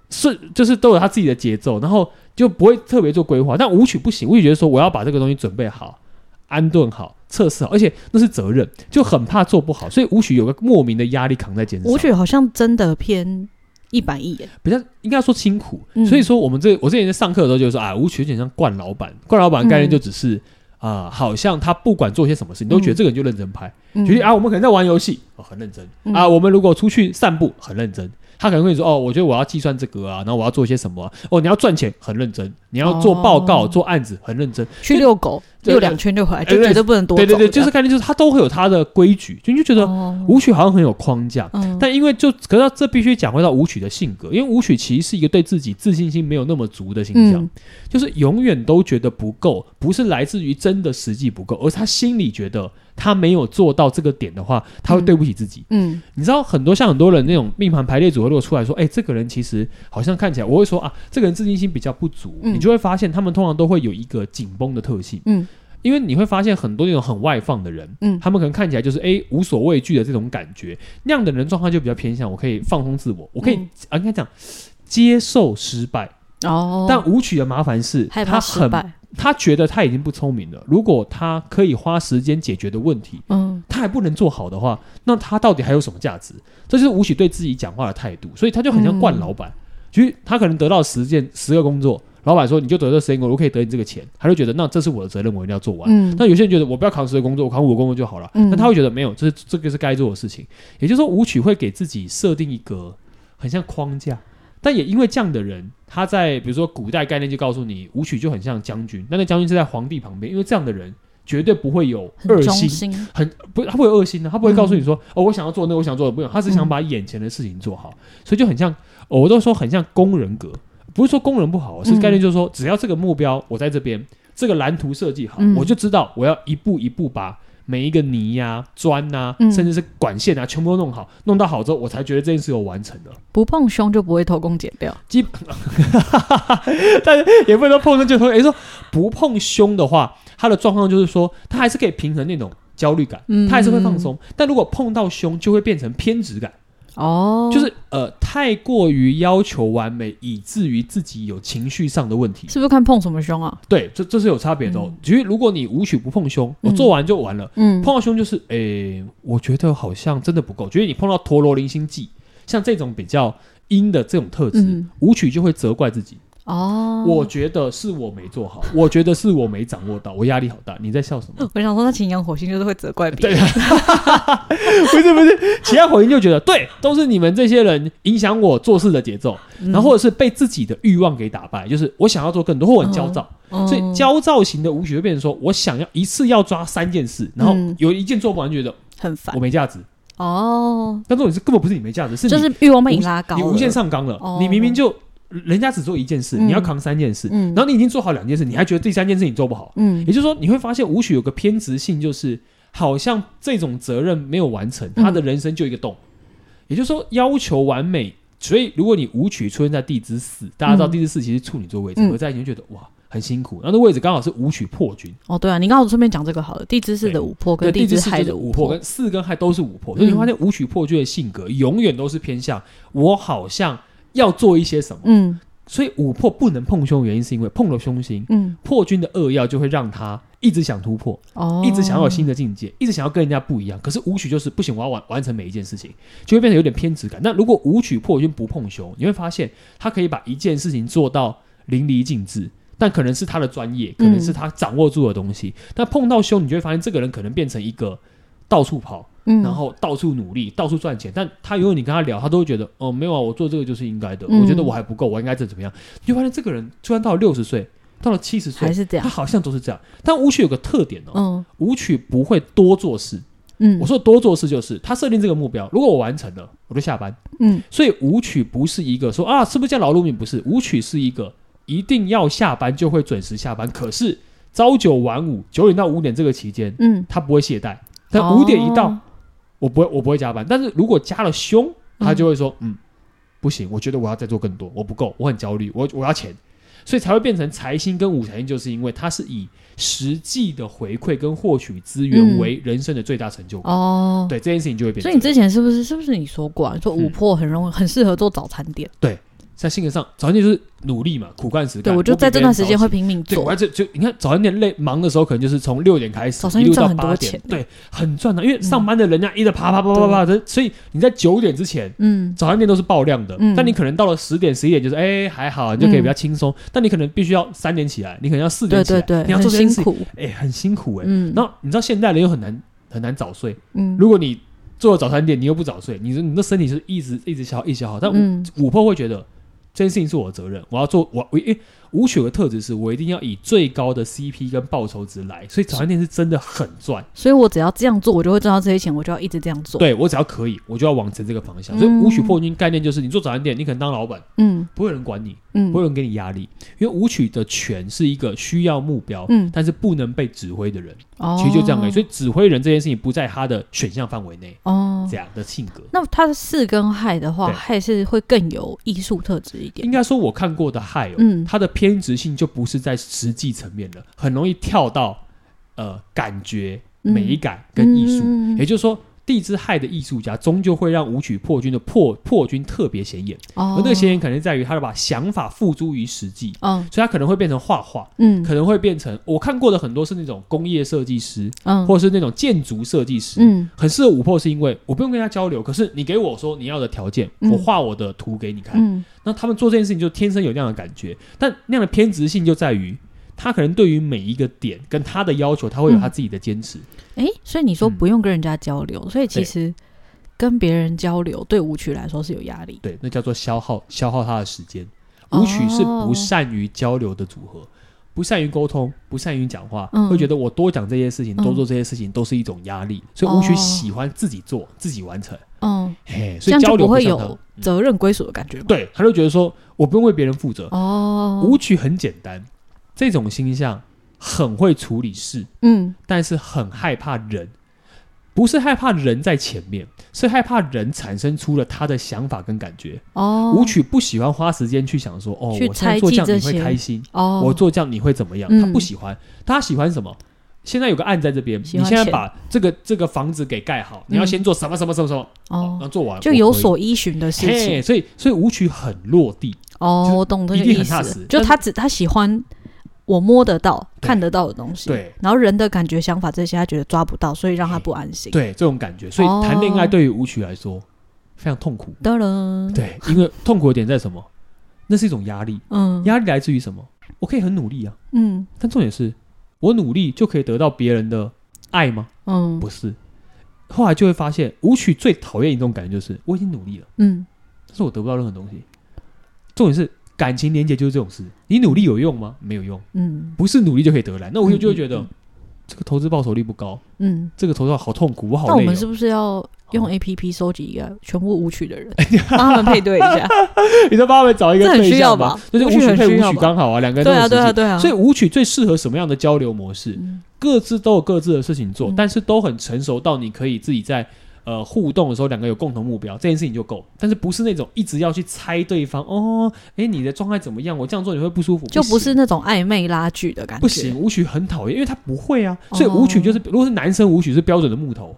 Speaker 1: 是就是都有他自己的节奏，然后就不会特别做规划。但舞曲不行，舞曲觉得说我要把这个东西准备好。安顿好，测试好，而且那是责任，就很怕做不好，所以舞曲有个莫名的压力扛在肩上。
Speaker 2: 舞曲好像真的偏一板一眼，
Speaker 1: 比较应该说辛苦，
Speaker 2: 嗯
Speaker 1: 所以说我们这我之前在上课的时候就说啊，舞曲有点像惯老板，惯老板的概
Speaker 2: 嗯
Speaker 1: 念就只是啊、好像他不管做些什么事情，你都觉得这个人就认真拍。
Speaker 2: 嗯
Speaker 1: 举例啊，我们可能在玩游戏，哦，很认真、
Speaker 2: 嗯
Speaker 1: 啊；我们如果出去散步，很认真。他可能会说：“哦，我觉得我要计算这个啊，然后我要做些什么啊、哦，你要赚钱，很认真；你要做报告、
Speaker 2: 哦
Speaker 1: 做案子，很认真。
Speaker 2: 去遛狗
Speaker 1: 对
Speaker 2: 遛两圈就回来，就
Speaker 1: 哎对
Speaker 2: 绝对不能多走
Speaker 1: 对
Speaker 2: 这
Speaker 1: 对对，
Speaker 2: 样。
Speaker 1: 就是概念，就是他都会有他的规矩，就你就觉得
Speaker 2: 哦
Speaker 1: 舞曲好像很有框架。
Speaker 2: 嗯
Speaker 1: 但因为就可是这必须讲回到舞曲的性格，因为舞曲其实是一个对自己自信心没有那么足的形象，
Speaker 2: 嗯
Speaker 1: 就是永远都觉得不够，不是来自于真的实际不够，而是他心里觉得他没有做到这个点的话，他会对不起自己。
Speaker 2: 嗯
Speaker 1: 你知道很多像很多人那种命盘排列组合，如果出来说，哎、这个人其实好像看起来，我会说啊，这个人自信心比较不足，
Speaker 2: 嗯
Speaker 1: 你就会发现他们通常都会有一个紧绷的特性。
Speaker 2: 嗯
Speaker 1: 因为你会发现很多那种很外放的人，
Speaker 2: 嗯
Speaker 1: 他们可能看起来就是诶无所畏惧的这种感觉，那样的人状态就比较偏向我可以放松自我，我可以、
Speaker 2: 嗯
Speaker 1: 啊应该讲接受失败。
Speaker 2: 哦，
Speaker 1: 但舞曲的麻烦是，
Speaker 2: 害
Speaker 1: 他
Speaker 2: 怕失
Speaker 1: 很
Speaker 2: 败，
Speaker 1: 他觉得他已经不聪明了，如果他可以花时间解决的问题，
Speaker 2: 嗯
Speaker 1: 他还不能做好的话，那他到底还有什么价值？这就是吴许对自己讲话的态度，所以他就很像
Speaker 2: 嗯
Speaker 1: 惯老板。其实他可能得到十件十个工作，老板说你就得这十件工作，我可以得你这个钱，他就觉得那这是我的责任，我一定要做完。
Speaker 2: 嗯
Speaker 1: 那有些人觉得我不要扛十个工作，我扛五个工作就好了。
Speaker 2: 嗯
Speaker 1: 那他会觉得没有，这是这个是该做的事情。也就是说，舞曲会给自己设定一个很像框架，但也因为这样的人，他在比如说古代概念就告诉你，舞曲就很像将军，但那将军是在皇帝旁边，因为这样的人绝对不会有
Speaker 2: 很
Speaker 1: 二
Speaker 2: 忠
Speaker 1: 心
Speaker 2: 心，
Speaker 1: 不，他不会有恶心的、他不会告诉你
Speaker 2: 嗯
Speaker 1: 说、哦，我想要做那个，我想做的不用，他只想把眼前的事情做好，所以就很像、哦我都说很像工人格，不是说工人不好，是
Speaker 2: 嗯
Speaker 1: 概念就是说，只要这个目标我在这边，这个蓝图设计好，
Speaker 2: 嗯
Speaker 1: 我就知道我要一步一步把。每一个泥呀、砖呐、
Speaker 2: 嗯
Speaker 1: 甚至是管线啊，全部都弄好，弄到好之后，我才觉得这件事有完成的。
Speaker 2: 不碰胸就不会偷工减料。
Speaker 1: 基本， 但是也不能说碰上就说，也就是说不碰胸的话，他的状况就是说，他还是可以平衡那种焦虑感，
Speaker 2: 嗯
Speaker 1: 他还是会放松。但如果碰到胸，就会变成偏执感，
Speaker 2: 哦，
Speaker 1: 就是呃太过于要求完美，以至于自己有情绪上的问题。
Speaker 2: 是不是看碰什么胸啊？
Speaker 1: 对，这这是有差别的、哦
Speaker 2: 嗯。
Speaker 1: 其实、如果你舞曲不碰胸，我
Speaker 2: 嗯
Speaker 1: 做完就完了。
Speaker 2: 嗯
Speaker 1: 碰到胸就是，诶、我觉得好像真的不够。觉得你碰到陀螺零星记，像这种比较阴的这种特质，
Speaker 2: 嗯
Speaker 1: 舞曲就会责怪自己。
Speaker 2: 哦，
Speaker 1: 我觉得是我没做好， 我觉得是我没掌握到，我压力好大。你在笑什么？
Speaker 2: 我想说，那秦阳火星就是会责怪别
Speaker 1: 啊
Speaker 2: 人，
Speaker 1: 不是不是，其他回应就觉得对，都是你们这些人影响我做事的节奏，
Speaker 2: 嗯
Speaker 1: 然后或者是被自己的欲望给打败，就是我想要做更多，或我很焦躁，
Speaker 2: 嗯
Speaker 1: 所以焦躁型的无许就变成说我想要一次要抓三件事，然后
Speaker 2: 嗯
Speaker 1: 有一件做不完，觉得
Speaker 2: 很烦
Speaker 1: 我没价值。
Speaker 2: 哦，
Speaker 1: 但重点是根本不是你没价值，是你
Speaker 2: 就是欲望被你拉高
Speaker 1: 你
Speaker 2: 了
Speaker 1: 无限上纲了，
Speaker 2: 哦
Speaker 1: 你明明就人家只做一件事，
Speaker 2: 嗯
Speaker 1: 你要扛三件事，
Speaker 2: 嗯
Speaker 1: 然后你已经做好两件事，你还觉得第三件事你做不好。
Speaker 2: 嗯
Speaker 1: 也就是说，你会发现舞曲有个偏执性，就是好像这种责任没有完
Speaker 2: 嗯
Speaker 1: 成，他的人生就一个洞。也就是说，要求完美，所以如果你舞曲出现在地支四，大家知道
Speaker 2: 嗯
Speaker 1: 地支四其实是处女座位置，
Speaker 2: 嗯
Speaker 1: 合在一起就觉得哇，很辛苦。然后那位置刚好是舞曲破军，
Speaker 2: 哦，对啊，你刚好顺便讲这个好了，地支式的五破跟
Speaker 1: 对，地支
Speaker 2: 地支
Speaker 1: 是
Speaker 2: 亥
Speaker 1: 就是
Speaker 2: 的
Speaker 1: 五
Speaker 2: 破
Speaker 1: 破，跟四跟亥都是五破，所以你会
Speaker 2: 嗯
Speaker 1: 发现舞曲破军的性格永远都是偏向我好像要做一些什么，
Speaker 2: 嗯
Speaker 1: 所以五破不能碰凶，原因是因为碰了凶星，
Speaker 2: 嗯，
Speaker 1: 破军的恶药就会让他一直想突破，
Speaker 2: 哦，
Speaker 1: 一直想要有新的境界，一直想要跟人家不一样。可是舞曲就是不行，我要完完成每一件事情，就会变得有点偏执感。那如果舞曲破军不碰凶，你会发现他可以把一件事情做到淋漓尽致。但可能是他的专业，可
Speaker 2: 嗯
Speaker 1: 能是他掌握住的东西。但碰到凶，你就会发现这个人可能变成一个到处跑，
Speaker 2: 嗯，
Speaker 1: 然后到处努力，到处赚钱。但他永远你跟他聊，他都会觉得哦，没有啊，我做这个就是应该的，
Speaker 2: 嗯
Speaker 1: 我觉得我还不够，我应该怎么样？你就发现这个人突然到了六十岁，到了七十岁
Speaker 2: 还，是这样
Speaker 1: 他，好像都是这样。但舞曲有个特点哦，
Speaker 2: 嗯
Speaker 1: 舞曲不会多做事。
Speaker 2: 嗯，
Speaker 1: 我说多做事就是他设定这个目标，如果我完成了，我就下班。
Speaker 2: 嗯
Speaker 1: 所以舞曲不是一个说啊，是不是叫劳碌命？不是，舞曲是一个一定要下班就会准时下班，可是朝九晚五，九点到五点这个期间，
Speaker 2: 嗯，
Speaker 1: 他不会懈怠。但五点一到，
Speaker 2: 哦
Speaker 1: 我不会，我不会加班。但是如果加了凶，他就会说，嗯不行，我觉得我要再做更多，我不够，我很焦虑，我我要钱，所以才会变成财星跟五财星，就是因为它是以实际的回馈跟获取资源
Speaker 2: 嗯
Speaker 1: 为人生的最大成就感。
Speaker 2: 哦，
Speaker 1: 对这件事情就会变成这
Speaker 2: 所以
Speaker 1: 样。
Speaker 2: 你之前是不是是不是你说过、啊，你说五破很容易、很适合做早餐店？
Speaker 1: 在性格上，早餐店就是努力嘛，苦干实干。
Speaker 2: 对，我就
Speaker 1: 比
Speaker 2: 在这
Speaker 1: 别
Speaker 2: 段
Speaker 1: 人
Speaker 2: 时间
Speaker 1: 早
Speaker 2: 会
Speaker 1: 起。
Speaker 2: 拼命
Speaker 1: 对，我
Speaker 2: 做
Speaker 1: 还。就就你看早餐店累忙的时候，可能就是从六点开始，
Speaker 2: 早上
Speaker 1: 一路
Speaker 2: 就
Speaker 1: 到
Speaker 2: 赚很
Speaker 1: 八
Speaker 2: 多
Speaker 1: 点
Speaker 2: 钱，
Speaker 1: 对，很赚的，啊因为
Speaker 2: 嗯
Speaker 1: 上班的人家一直啪啪啪啪啪的，所以你在九点之前，
Speaker 2: 嗯，
Speaker 1: 早餐店都是爆量的，
Speaker 2: 嗯
Speaker 1: 但你可能到了十点、十一点，就是哎、还好，你就可以比较轻松。但你可能必须要三点起来，你可能要四
Speaker 2: 对
Speaker 1: 点起来，
Speaker 2: 对对，
Speaker 1: 你要
Speaker 2: 很
Speaker 1: 做这件
Speaker 2: 辛
Speaker 1: 事情，
Speaker 2: 苦。
Speaker 1: 哎、很辛苦哎、
Speaker 2: 嗯，
Speaker 1: 然后你知道现代人又很难很难早睡，
Speaker 2: 嗯，
Speaker 1: 如果你做了早餐店，你又不早睡，你说你的身体是一直一直消耗一直消耗。但五、
Speaker 2: 嗯
Speaker 1: 五破会觉得这件事情是我的责任，我要做我我因为舞曲的特质是我一定要以最高的 CP 跟报酬值来，所以早餐店是真的很赚。
Speaker 2: 所以我只要这样做，我就会赚到这些钱，我就要一直这样做。，
Speaker 1: 对我只要可以，我就要往成这个方向。所以
Speaker 2: 嗯
Speaker 1: 舞曲破军概念就是，你做早餐店，你可能当老板，
Speaker 2: 嗯
Speaker 1: 不会有人管你。
Speaker 2: 嗯
Speaker 1: 不，会有人给你压力，因为舞曲的权是一个需要目标，
Speaker 2: 嗯
Speaker 1: 但是不能被指挥的人，
Speaker 2: 哦
Speaker 1: 其实就这样而已。所以指挥人这件事情不在他的选项范围内，
Speaker 2: 哦，
Speaker 1: 这样的性格。
Speaker 2: 那他的四跟亥的话，
Speaker 1: 对
Speaker 2: 亥是会更有艺术特质一点
Speaker 1: 应。该说，我看过的害哦，
Speaker 2: 嗯
Speaker 1: 他的偏执性就不是在实际层面了，很容易跳到呃感觉、
Speaker 2: 嗯
Speaker 1: 美感跟艺术。
Speaker 2: 嗯
Speaker 1: 也就是说，地支害的艺术家终究会让舞曲破军的破破军特别显眼，
Speaker 2: 哦
Speaker 1: 而，那个显眼可能在于他把想法付诸于实际，
Speaker 2: 嗯
Speaker 1: 所以他可能会变成画画，
Speaker 2: 嗯
Speaker 1: 可能会变成我看过的很多是那种工业设计师，
Speaker 2: 嗯，
Speaker 1: 或是那种建筑设计师，
Speaker 2: 嗯
Speaker 1: 很适合五破，是因为我不用跟他交流，可是你给我说你要的条件，
Speaker 2: 嗯
Speaker 1: 我画我的图给你看，
Speaker 2: 嗯
Speaker 1: 那他们做这件事情就天生有那样的感觉，但那样的偏执性就在于。他可能对于每一个点跟他的要求，他
Speaker 2: 嗯
Speaker 1: 会有他自己的坚持。
Speaker 2: 诶，所以你说
Speaker 1: 嗯
Speaker 2: 不用跟人家交流，所以其
Speaker 1: 对
Speaker 2: 实跟别人交流对舞曲来说是有压力。
Speaker 1: 对，那叫做消耗消耗他的时间。
Speaker 2: 哦
Speaker 1: 舞曲是不善于交流的组合，不善于沟通，不善于讲话，
Speaker 2: 嗯
Speaker 1: 会觉得我多讲这些事情，
Speaker 2: 嗯
Speaker 1: 多做这些事情都是一种压力，所以舞曲
Speaker 2: 哦
Speaker 1: 喜欢自己做，自己完成。
Speaker 2: 嗯，
Speaker 1: 嘿，所以
Speaker 2: 这样
Speaker 1: 交
Speaker 2: 就
Speaker 1: 流
Speaker 2: 不会
Speaker 1: 像他
Speaker 2: 有责任归属的感觉吗？
Speaker 1: 对，他就觉得说我不用为别人负责。
Speaker 2: 哦，
Speaker 1: 舞曲很简单，这种星象很会处理事，
Speaker 2: 嗯
Speaker 1: 但是很害怕人，不是害怕人在前面，是害怕人产生出了他的想法跟感觉。
Speaker 2: 哦，
Speaker 1: 舞曲不喜欢花时间去想说，哦，
Speaker 2: 去
Speaker 1: 我现在
Speaker 2: 猜
Speaker 1: 做这
Speaker 2: 忌
Speaker 1: 样
Speaker 2: 这
Speaker 1: 你会
Speaker 2: 些
Speaker 1: 开心，
Speaker 2: 哦，
Speaker 1: 我做这样你会怎么样？
Speaker 2: 嗯
Speaker 1: 他不喜欢，他喜欢什么？现在有个案在这边，
Speaker 2: 喜
Speaker 1: 你
Speaker 2: 欢
Speaker 1: 现在
Speaker 2: 钱
Speaker 1: 把这个这个房子给盖好，你要
Speaker 2: 嗯
Speaker 1: 先做什么什么什么什么，好然
Speaker 2: 哦
Speaker 1: 后做完
Speaker 2: 就
Speaker 1: 我
Speaker 2: 有
Speaker 1: 可以
Speaker 2: 所依循的事
Speaker 1: 呃嘿，
Speaker 2: 情
Speaker 1: 所以所以舞曲很落地，
Speaker 2: 哦，
Speaker 1: 就
Speaker 2: 我懂这
Speaker 1: 一
Speaker 2: 个
Speaker 1: 定
Speaker 2: 意
Speaker 1: 很踏实
Speaker 2: 思，就他只他喜欢我摸得到、
Speaker 1: 对
Speaker 2: 看得到的东西，
Speaker 1: 对
Speaker 2: 然后人的感觉、想法这些他觉得抓不到，所以让他不安心。
Speaker 1: 对这种感觉。所以
Speaker 2: 哦
Speaker 1: 谈恋爱对于舞曲来说非常痛苦，
Speaker 2: 当然，
Speaker 1: 对，因为痛苦的点在什么？那是一种压力，
Speaker 2: 嗯
Speaker 1: 压力来自于什么？我可以很努力啊，
Speaker 2: 嗯
Speaker 1: 但重点是我努力就可以得到别人的爱吗？
Speaker 2: 嗯
Speaker 1: 不是。后来就会发现，舞曲最讨厌一种感觉就是我已经努力了，
Speaker 2: 嗯，
Speaker 1: 但是我得不到任何东西。重点是感情连接就是这种事，你努力有用吗？没有用，
Speaker 2: 嗯
Speaker 1: 不是努力就可以得来。那我就会觉得、
Speaker 2: 嗯嗯
Speaker 1: 这个投资报酬率不高，
Speaker 2: 嗯，
Speaker 1: 这个投票好痛苦，我好累、哦。
Speaker 2: 那我们是不是要用 A P P 收集一个全部舞 曲的人，帮他们配对一下？
Speaker 1: 你在帮他们找一个
Speaker 2: 这很
Speaker 1: 对
Speaker 2: 需
Speaker 1: 象
Speaker 2: 要吧
Speaker 1: 吧？就是舞
Speaker 2: 我觉得
Speaker 1: 曲
Speaker 2: 很
Speaker 1: 配
Speaker 2: 需
Speaker 1: 舞
Speaker 2: 要
Speaker 1: 曲
Speaker 2: 吧
Speaker 1: 刚好啊，两个人都
Speaker 2: 对啊
Speaker 1: 很
Speaker 2: 对
Speaker 1: 实
Speaker 2: 啊
Speaker 1: 际。
Speaker 2: 对啊，
Speaker 1: 所以舞曲最适合什么样的交流模式？
Speaker 2: 嗯
Speaker 1: 各自都有各自的事情做，
Speaker 2: 嗯
Speaker 1: 但是都很成熟到你可以自己在呃互动的时候，两个有共同目标，这件事情就够。但是不是那种一直要去猜对方哦，诶，你的状态怎么样？我这样做你会不舒服？
Speaker 2: 就不
Speaker 1: 行
Speaker 2: 是那种暧昧拉锯的感觉。
Speaker 1: 不行，舞曲很讨厌，因为他不会啊，
Speaker 2: 哦
Speaker 1: 所以舞曲就是，如果是男生舞曲是标准的木头，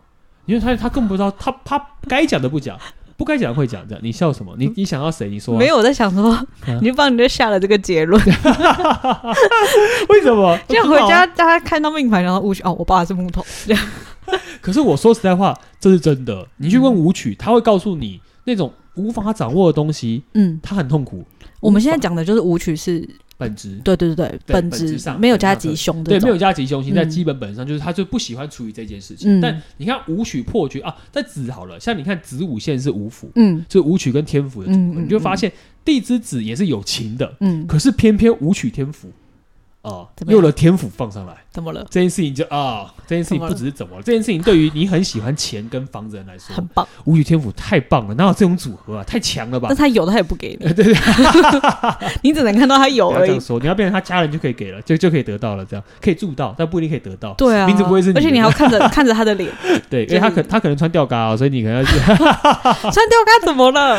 Speaker 1: 因为他他更不知道他他该讲的不讲，不该讲的会讲，这样你笑什么？你你想到谁？你说啊、
Speaker 2: 嗯没有，我在想说，
Speaker 1: 嗯
Speaker 2: 你就帮你就下了这个 结论，
Speaker 1: 为什么？
Speaker 2: 这样
Speaker 1: 我
Speaker 2: 回
Speaker 1: 不知道啊
Speaker 2: 家大家看到命盘，然后误区哦，我爸是木头，这样
Speaker 1: 可是我说实在话，这是真的。你去问舞曲，他会告诉你那种无法掌握的东西，
Speaker 2: 嗯，
Speaker 1: 他很痛苦。
Speaker 2: 我们现在讲的就是舞曲是，
Speaker 1: 本质
Speaker 2: 对对对
Speaker 1: 对
Speaker 2: 本
Speaker 1: 本质
Speaker 2: 质
Speaker 1: 上
Speaker 2: 没有加吉凶这
Speaker 1: 对没
Speaker 2: 种，
Speaker 1: 有加急凶心，在
Speaker 2: 嗯
Speaker 1: 基本本上就是他就不喜欢处理这件事情。
Speaker 2: 嗯
Speaker 1: 但你看舞曲破局啊，在子好了，像你看子午线是五府，
Speaker 2: 嗯
Speaker 1: 就是舞曲跟天府的组合，
Speaker 2: 嗯嗯
Speaker 1: 你就发现地之子也是有情的，
Speaker 2: 嗯，
Speaker 1: 可是偏偏舞曲天府啊，
Speaker 2: 怎么样
Speaker 1: 又了天府放上来，
Speaker 2: 怎么了？
Speaker 1: 这件事情就啊，这件事情
Speaker 2: 怎么
Speaker 1: 不
Speaker 2: 了
Speaker 1: 只是怎么了，这件事情对于你很喜欢钱跟房子的人来说，
Speaker 2: 很棒，
Speaker 1: 舞曲天府太棒了，哪有这种组合啊？太强了吧
Speaker 2: 但！他有的他也不给你，
Speaker 1: 对对，
Speaker 2: 你只能看到他有
Speaker 1: 不要
Speaker 2: 而
Speaker 1: 这
Speaker 2: 已
Speaker 1: 样。说，你要变成他家人就可以给了，就就可以得到了，这样可以住到，但不一定可以得到。
Speaker 2: 对啊，
Speaker 1: 名字不会是你的
Speaker 2: 而且你还要看着看着他的脸，
Speaker 1: 对，因
Speaker 2: 就是
Speaker 1: 为他可他可能穿吊嘎哦，所以你可能 要
Speaker 2: 穿吊嘎怎么了？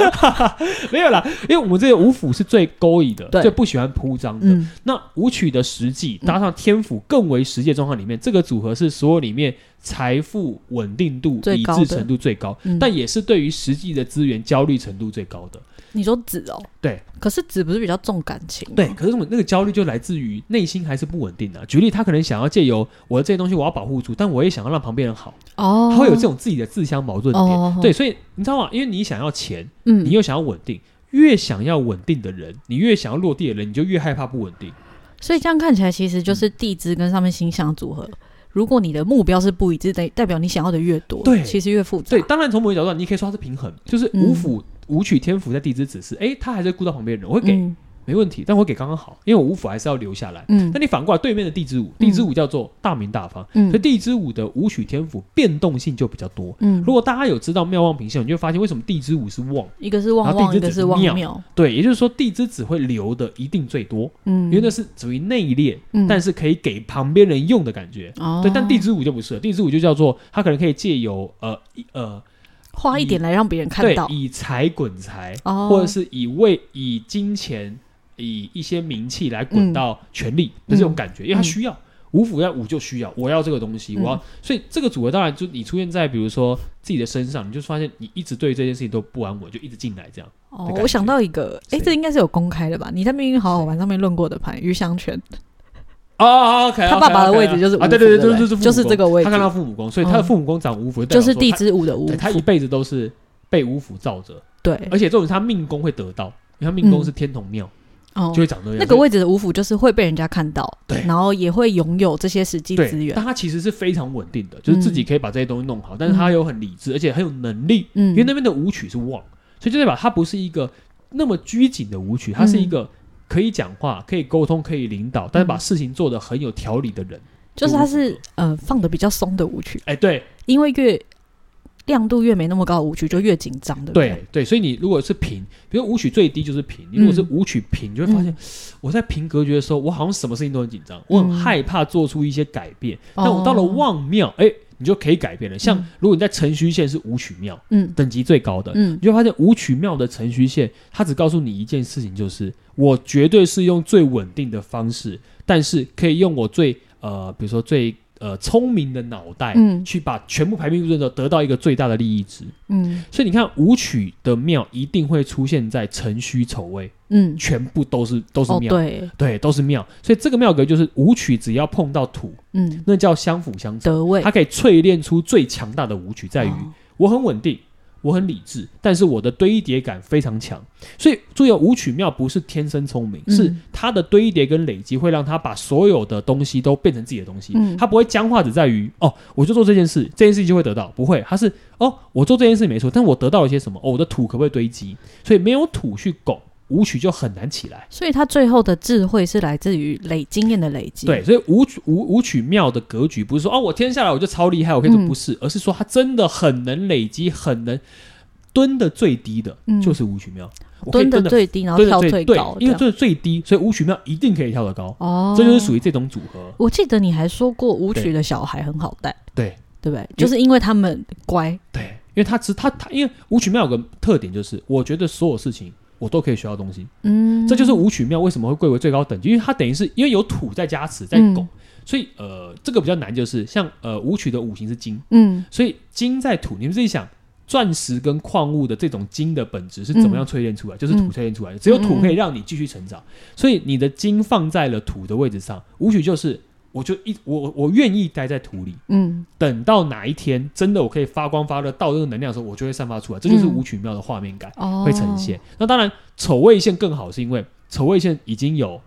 Speaker 1: 没有啦，因为我们这个五府是最勾引的，
Speaker 2: 对
Speaker 1: 最不喜欢铺张的。
Speaker 2: 嗯，
Speaker 1: 那舞曲的实际搭上天府更为实际的状况里面，这个组合是所有里面财富稳定度、
Speaker 2: 最
Speaker 1: 理
Speaker 2: 高
Speaker 1: 智
Speaker 2: 的
Speaker 1: 程度最高，
Speaker 2: 嗯
Speaker 1: 但也是对于实际的资源焦虑程度最高的。
Speaker 2: 你说子哦，
Speaker 1: 对，嗯
Speaker 2: 可是子不是比较重感情吗？
Speaker 1: 对，可是我那个焦虑就来自于内心还是不稳定的、啊举例，他可能想要借由我的这些东西，我要保护住，但我也想要让旁边人好，
Speaker 2: 哦，
Speaker 1: 他会有这种自己的自相矛盾点。
Speaker 2: 哦，
Speaker 1: 对，所以你知道吗？因为你想要钱，
Speaker 2: 嗯，
Speaker 1: 你又想要稳定。越想要稳定的人，你越想要落地的人，你就越害怕不稳定。
Speaker 2: 所以这样看起来，其实就是地支跟上面星象的组合。如果你的目标是不一致，代代表你想要的越多，
Speaker 1: 对
Speaker 2: 其实越复杂。
Speaker 1: 对，当然从某一个角度，上，你可以说它是平衡，就是
Speaker 2: 嗯
Speaker 1: 五府、五曲天府在地支子是，哎，他还是顾到旁边的人，我会给、
Speaker 2: 嗯
Speaker 1: 没问题，但我会给刚刚好，因为我五府还是要留下来。
Speaker 2: 嗯
Speaker 1: 那你反过来，对面的地支舞，地支舞叫做大明大方，
Speaker 2: 嗯
Speaker 1: 所以地支舞的五曲天府变动性就比较多。
Speaker 2: 嗯
Speaker 1: 如果大家有知道妙望平线，你就会发现为什么地支舞是旺，
Speaker 2: 一个是旺
Speaker 1: 然后
Speaker 2: 旺，
Speaker 1: 地
Speaker 2: 一
Speaker 1: 支
Speaker 2: 个
Speaker 1: 子
Speaker 2: 是旺
Speaker 1: 庙
Speaker 2: 庙，
Speaker 1: 对，也就是说地支子会留的一定最多，
Speaker 2: 嗯，
Speaker 1: 因为那是属于内敛，
Speaker 2: 嗯
Speaker 1: 但是可以给旁边人用的感觉。
Speaker 2: 哦，
Speaker 1: 对，但地支舞就不是了，地支舞就叫做它可能可以借由呃一呃
Speaker 2: 花一点来让别人看
Speaker 1: 对
Speaker 2: 到，
Speaker 1: 以财滚财，
Speaker 2: 哦，
Speaker 1: 或者是以为以金钱、以一些名气来滚
Speaker 2: 嗯
Speaker 1: 到权力的这种感觉，因为他需要。五府要五就需要，我要这个东西，
Speaker 2: 嗯
Speaker 1: 我要，所以这个组合当然就你出现在比如说自己的身上，你就发现你一直对这件事情都不安稳，就一直进来这样。
Speaker 2: 哦
Speaker 1: 感，觉
Speaker 2: 我想到一个，哎，
Speaker 1: 谁
Speaker 2: 这应该是有公开的吧？你在命运好好玩上面论过的牌，于香泉，
Speaker 1: 哦，OK，
Speaker 2: 他爸爸的位置就是五
Speaker 1: 啊，
Speaker 2: 府，
Speaker 1: 对对
Speaker 2: 对
Speaker 1: 对，
Speaker 2: 不
Speaker 1: 就是
Speaker 2: 对，就是这个位
Speaker 1: 他看到
Speaker 2: 置，
Speaker 1: 父母宫，所以他的父母宫长五府，
Speaker 2: 就是地
Speaker 1: 地
Speaker 2: 支舞的舞
Speaker 1: 对，他一辈子都是被五府罩着，
Speaker 2: 对，
Speaker 1: 而且这种他命宫会得到，因为他命宫
Speaker 2: 哎嗯
Speaker 1: 是天同庙，
Speaker 2: 哦
Speaker 1: 就，会长这样。
Speaker 2: 那个位置的舞府就是会被人家看到，
Speaker 1: 对
Speaker 2: 然后也会拥有这些实际
Speaker 1: 对，
Speaker 2: 资源
Speaker 1: 但，他其实是非常稳定的，就是自己可以把这些东西弄好，但是他又很理智，而且很有能力，
Speaker 2: 嗯，
Speaker 1: 因为那边的舞曲是旺，所以就代表他不是一个那么拘谨的舞曲，他是一
Speaker 2: 嗯
Speaker 1: 个。可以讲话，可以沟通，可以领导，但是把事情做得很有条理的人。
Speaker 2: 就是它是
Speaker 1: 就
Speaker 2: 呃放的比较松的舞曲，
Speaker 1: 哎、对
Speaker 2: 因为越亮度越没那么高的舞曲就越紧张，对不对？
Speaker 1: 对对，所以你如果是平，比如舞曲最低就是平，你如果是
Speaker 2: 嗯
Speaker 1: 舞曲平，你就会发现、我在平格局的时候，我好像什么事情都很紧张，我很
Speaker 2: 嗯
Speaker 1: 害怕做出一些改变。但我到了
Speaker 2: 哦，
Speaker 1: 旺庙，哎、你就可以改变了。像
Speaker 2: 嗯
Speaker 1: 如果你在辰戌线是舞曲庙，
Speaker 2: 嗯
Speaker 1: 等级最高的，
Speaker 2: 嗯
Speaker 1: 你就发现舞曲庙的程序线，它只告诉你一件事情，就是我绝对是用最稳定的方式，但是可以用我最呃，比如说最呃聪明的脑袋。
Speaker 2: 嗯
Speaker 1: 去把全部排兵布阵之后，得到一个最大的利益值。
Speaker 2: 嗯
Speaker 1: 所以你看，舞曲的庙一定会出现在辰戌丑未，
Speaker 2: 嗯，
Speaker 1: 全部都是都是
Speaker 2: 哦
Speaker 1: 庙，
Speaker 2: 对，
Speaker 1: 对，都是庙。所以这个庙格就是舞曲，只要碰到土，
Speaker 2: 嗯
Speaker 1: 那叫相辅相成，
Speaker 2: 德位
Speaker 1: 它可以淬炼出最强大的舞曲，在于
Speaker 2: 哦
Speaker 1: 我很稳定，我很理智，但是我的堆叠感非常强。所以注意哦，舞曲妙不是天生聪明，
Speaker 2: 嗯
Speaker 1: 是他的堆叠跟累积会让他把所有的东西都变成自己的东西。
Speaker 2: 嗯
Speaker 1: 他不会僵化，只在于哦，我就做这件事，这件事情就会得到，不会，他是哦，我做这件事没错，但我得到了些什么？哦，我的土可不可以堆积？所以没有土去拱，舞曲就很难起来。
Speaker 2: 所以他最后的智慧是来自于累经验的累积，
Speaker 1: 对，，所以舞曲舞舞曲妙的格局不是说哦，我天下来我就超厉害，我可以
Speaker 2: 嗯
Speaker 1: 做不是，而是说他真的很能累积，很能蹲的最低的，
Speaker 2: 嗯
Speaker 1: 就是舞曲妙。我可以
Speaker 2: 蹲的
Speaker 1: 得
Speaker 2: 最低，然后
Speaker 1: 蹲
Speaker 2: 跳
Speaker 1: 的
Speaker 2: 最
Speaker 1: 最对
Speaker 2: 高，，
Speaker 1: 因为
Speaker 2: 这样
Speaker 1: 蹲的最低，所以舞曲妙一定可以跳得高，
Speaker 2: 哦，
Speaker 1: 这就是属于这种组合。
Speaker 2: 我记得你还说过舞曲
Speaker 1: 对
Speaker 2: 的小孩很好带，
Speaker 1: 对
Speaker 2: 对不
Speaker 1: 因
Speaker 2: 对？
Speaker 1: 为
Speaker 2: 就是因为他们乖，
Speaker 1: 对，因为他只他他因为舞曲庙有个特点就是，我觉得所有事情我都可以学到东西，
Speaker 2: 嗯，
Speaker 1: 这就是舞曲庙为什么会贵为最高等级，因为它等于是因为有土在加持在
Speaker 2: 嗯
Speaker 1: 拱，所以呃这个比较难，就是像呃舞曲的五行是金，
Speaker 2: 嗯
Speaker 1: 所以金在土，你们自己想，钻石跟矿物的这种金的本质是怎么样淬炼出来？就是土淬炼出来的，只有土可以让你继续成长。所以你的金放在了土的位置上，舞曲就是，我就一我我我愿意待在土里，
Speaker 2: 嗯
Speaker 1: 等到哪一天真的我可以发光发热到这个能量的时候，我就会散发出来。这就是舞曲庙的画面感、
Speaker 2: 哦，
Speaker 1: 会呈现。那当然，丑位线更好，是因为丑位线已经有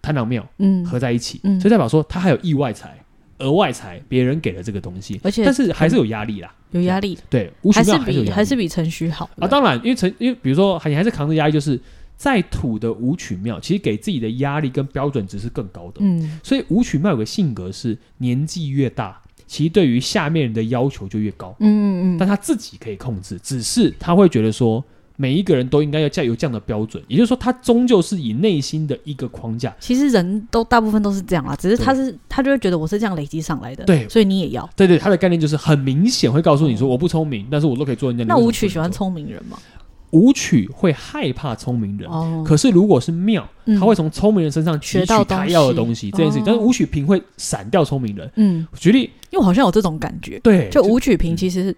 Speaker 1: 贪狼庙
Speaker 2: 嗯，
Speaker 1: 合在一起，
Speaker 2: 嗯
Speaker 1: 所以代表说他还有意外财。额外财，别人给了这个东西，
Speaker 2: 而且
Speaker 1: 但是还是有压力啦。
Speaker 2: 有压力，
Speaker 1: 对，无形
Speaker 2: 还是
Speaker 1: 庙还是有
Speaker 2: 比
Speaker 1: 压
Speaker 2: 还
Speaker 1: 力
Speaker 2: 是比程序好
Speaker 1: 啊，当然，因为成因为比如说你还是扛着压力，就是在土的舞曲庙，其实给自己的压力跟标准值是更高的。
Speaker 2: 嗯
Speaker 1: 所以舞曲庙有个性格是，年纪越大，其实对于下面人的要求就越高，
Speaker 2: 嗯嗯
Speaker 1: 但他自己可以控制，只是他会觉得说。每一个人都应该要有这样的标准，也就是说，他终究是以内心的一个框架。
Speaker 2: 其实人都大部分都是这样啦，只是
Speaker 1: 对
Speaker 2: 他是他就会觉得我是这样累积上来的，
Speaker 1: 对
Speaker 2: 所以你也要。
Speaker 1: 对对，他的概念就是很明显会告诉你说，我不聪明，但是我都可以做人家。
Speaker 2: 嗯那
Speaker 1: 你为什么
Speaker 2: 舞曲
Speaker 1: 不能
Speaker 2: 喜欢
Speaker 1: 做
Speaker 2: 聪明人嘛？
Speaker 1: 舞曲会害怕聪明人，
Speaker 2: 哦，
Speaker 1: 可是如果是庙，
Speaker 2: 嗯
Speaker 1: 他会从聪明人身上汲
Speaker 2: 学到
Speaker 1: 取
Speaker 2: 东
Speaker 1: 他要的
Speaker 2: 西
Speaker 1: 东西，这件事情。
Speaker 2: 哦
Speaker 1: 但是吴许平会闪掉聪明人。
Speaker 2: 嗯，
Speaker 1: 举例，
Speaker 2: 因为我好像有这种感觉，
Speaker 1: 对，
Speaker 2: 就吴曲平
Speaker 1: 嗯
Speaker 2: 其实，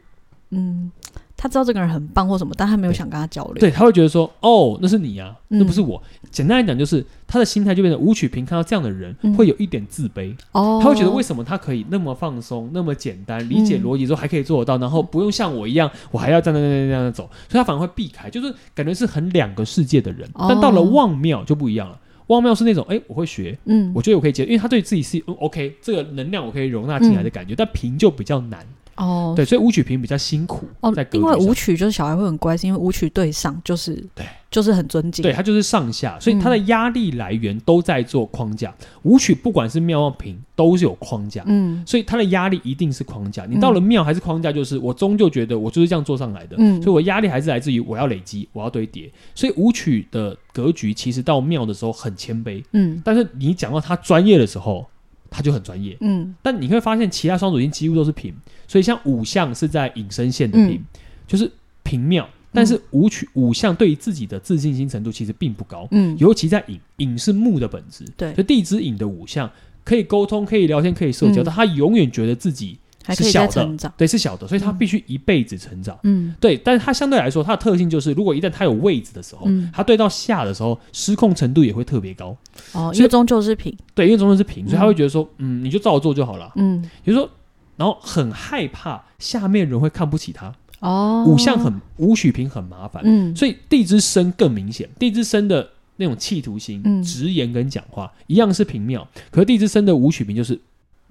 Speaker 2: 嗯，他知道这个人很棒或什么，但他没有
Speaker 1: 对
Speaker 2: 想跟他交流。
Speaker 1: 对，他会觉得说，哦，那是你啊，那不
Speaker 2: 嗯
Speaker 1: 是我。简单来讲，就是他的心态就变成吴曲平看到这样的人，
Speaker 2: 嗯
Speaker 1: 会有一点自卑，
Speaker 2: 哦，
Speaker 1: 他会觉得为什么他可以那么放松、那么简单，理解
Speaker 2: 嗯
Speaker 1: 逻辑之后还可以做得到，然后不用像我一样，我还要这样、这样、这样、这样走，所以他反而会避开，就是感觉是很两个世界的人。但到了
Speaker 2: 哦
Speaker 1: 望庙就不一样了，望庙是那种，哎，我会学，
Speaker 2: 嗯，
Speaker 1: 我觉得我可以接，因为他对自己是、嗯 OK，这个能量我可以容纳进来的感觉，但平就比较难，
Speaker 2: 哦
Speaker 1: 对，所以舞曲平比较辛苦，
Speaker 2: 哦
Speaker 1: 在，格
Speaker 2: 因
Speaker 1: 局
Speaker 2: 为
Speaker 1: 上
Speaker 2: 舞曲就是小孩会很乖，是因为舞曲对上就是
Speaker 1: 对，
Speaker 2: 就是很尊敬。
Speaker 1: 对，他就是上下，所以他的
Speaker 2: 嗯
Speaker 1: 压力来源都在做框架。舞曲不管是妙望平都是有框架，
Speaker 2: 嗯
Speaker 1: 所以他的压力一定是框架。你到了庙还是框架，就是我终究觉得我就是这样做上来的，
Speaker 2: 嗯
Speaker 1: 所以我压力还是来自于我要累积，我要堆叠。所以舞曲的格局其实到庙的时候很谦卑，
Speaker 2: 嗯
Speaker 1: 但是你讲到他专业的时候，他就很专业。
Speaker 2: 嗯
Speaker 1: 但你会发现其他双主星几乎都是平，所以像五项是在引申线的平，
Speaker 2: 嗯
Speaker 1: 就是平妙。但是五曲五项对于自己的自信心程度其实并不高，
Speaker 2: 嗯，
Speaker 1: 尤其在引引是木的本质，
Speaker 2: 对
Speaker 1: 所以地支引的五项可以沟通、可以聊天、可以社交，
Speaker 2: 嗯
Speaker 1: 但他永远觉得自己
Speaker 2: 还可
Speaker 1: 是
Speaker 2: 以
Speaker 1: 小
Speaker 2: 再
Speaker 1: 的
Speaker 2: 成长。
Speaker 1: 对是小的，所以他
Speaker 2: 嗯
Speaker 1: 必须一辈子成长。
Speaker 2: 嗯
Speaker 1: 对，但是他相对来说，他的特性就是，如果一旦他有位置的时候，
Speaker 2: 嗯
Speaker 1: 他对到下的时候，失控程度也会特别高。
Speaker 2: 哦，
Speaker 1: 以
Speaker 2: 因为终究是平。
Speaker 1: 对，因为中间是平，所以他
Speaker 2: 嗯
Speaker 1: 会觉得说，嗯，你就照做就好了。
Speaker 2: 嗯
Speaker 1: 比如说，然后很害怕下面人会看不起他，
Speaker 2: 哦，
Speaker 1: 五项很五许平很麻烦，
Speaker 2: 嗯
Speaker 1: 所以地支生更明显，地支生的那种企图心、
Speaker 2: 嗯
Speaker 1: 直言跟讲话一样是平妙，可是地支生的五许平就是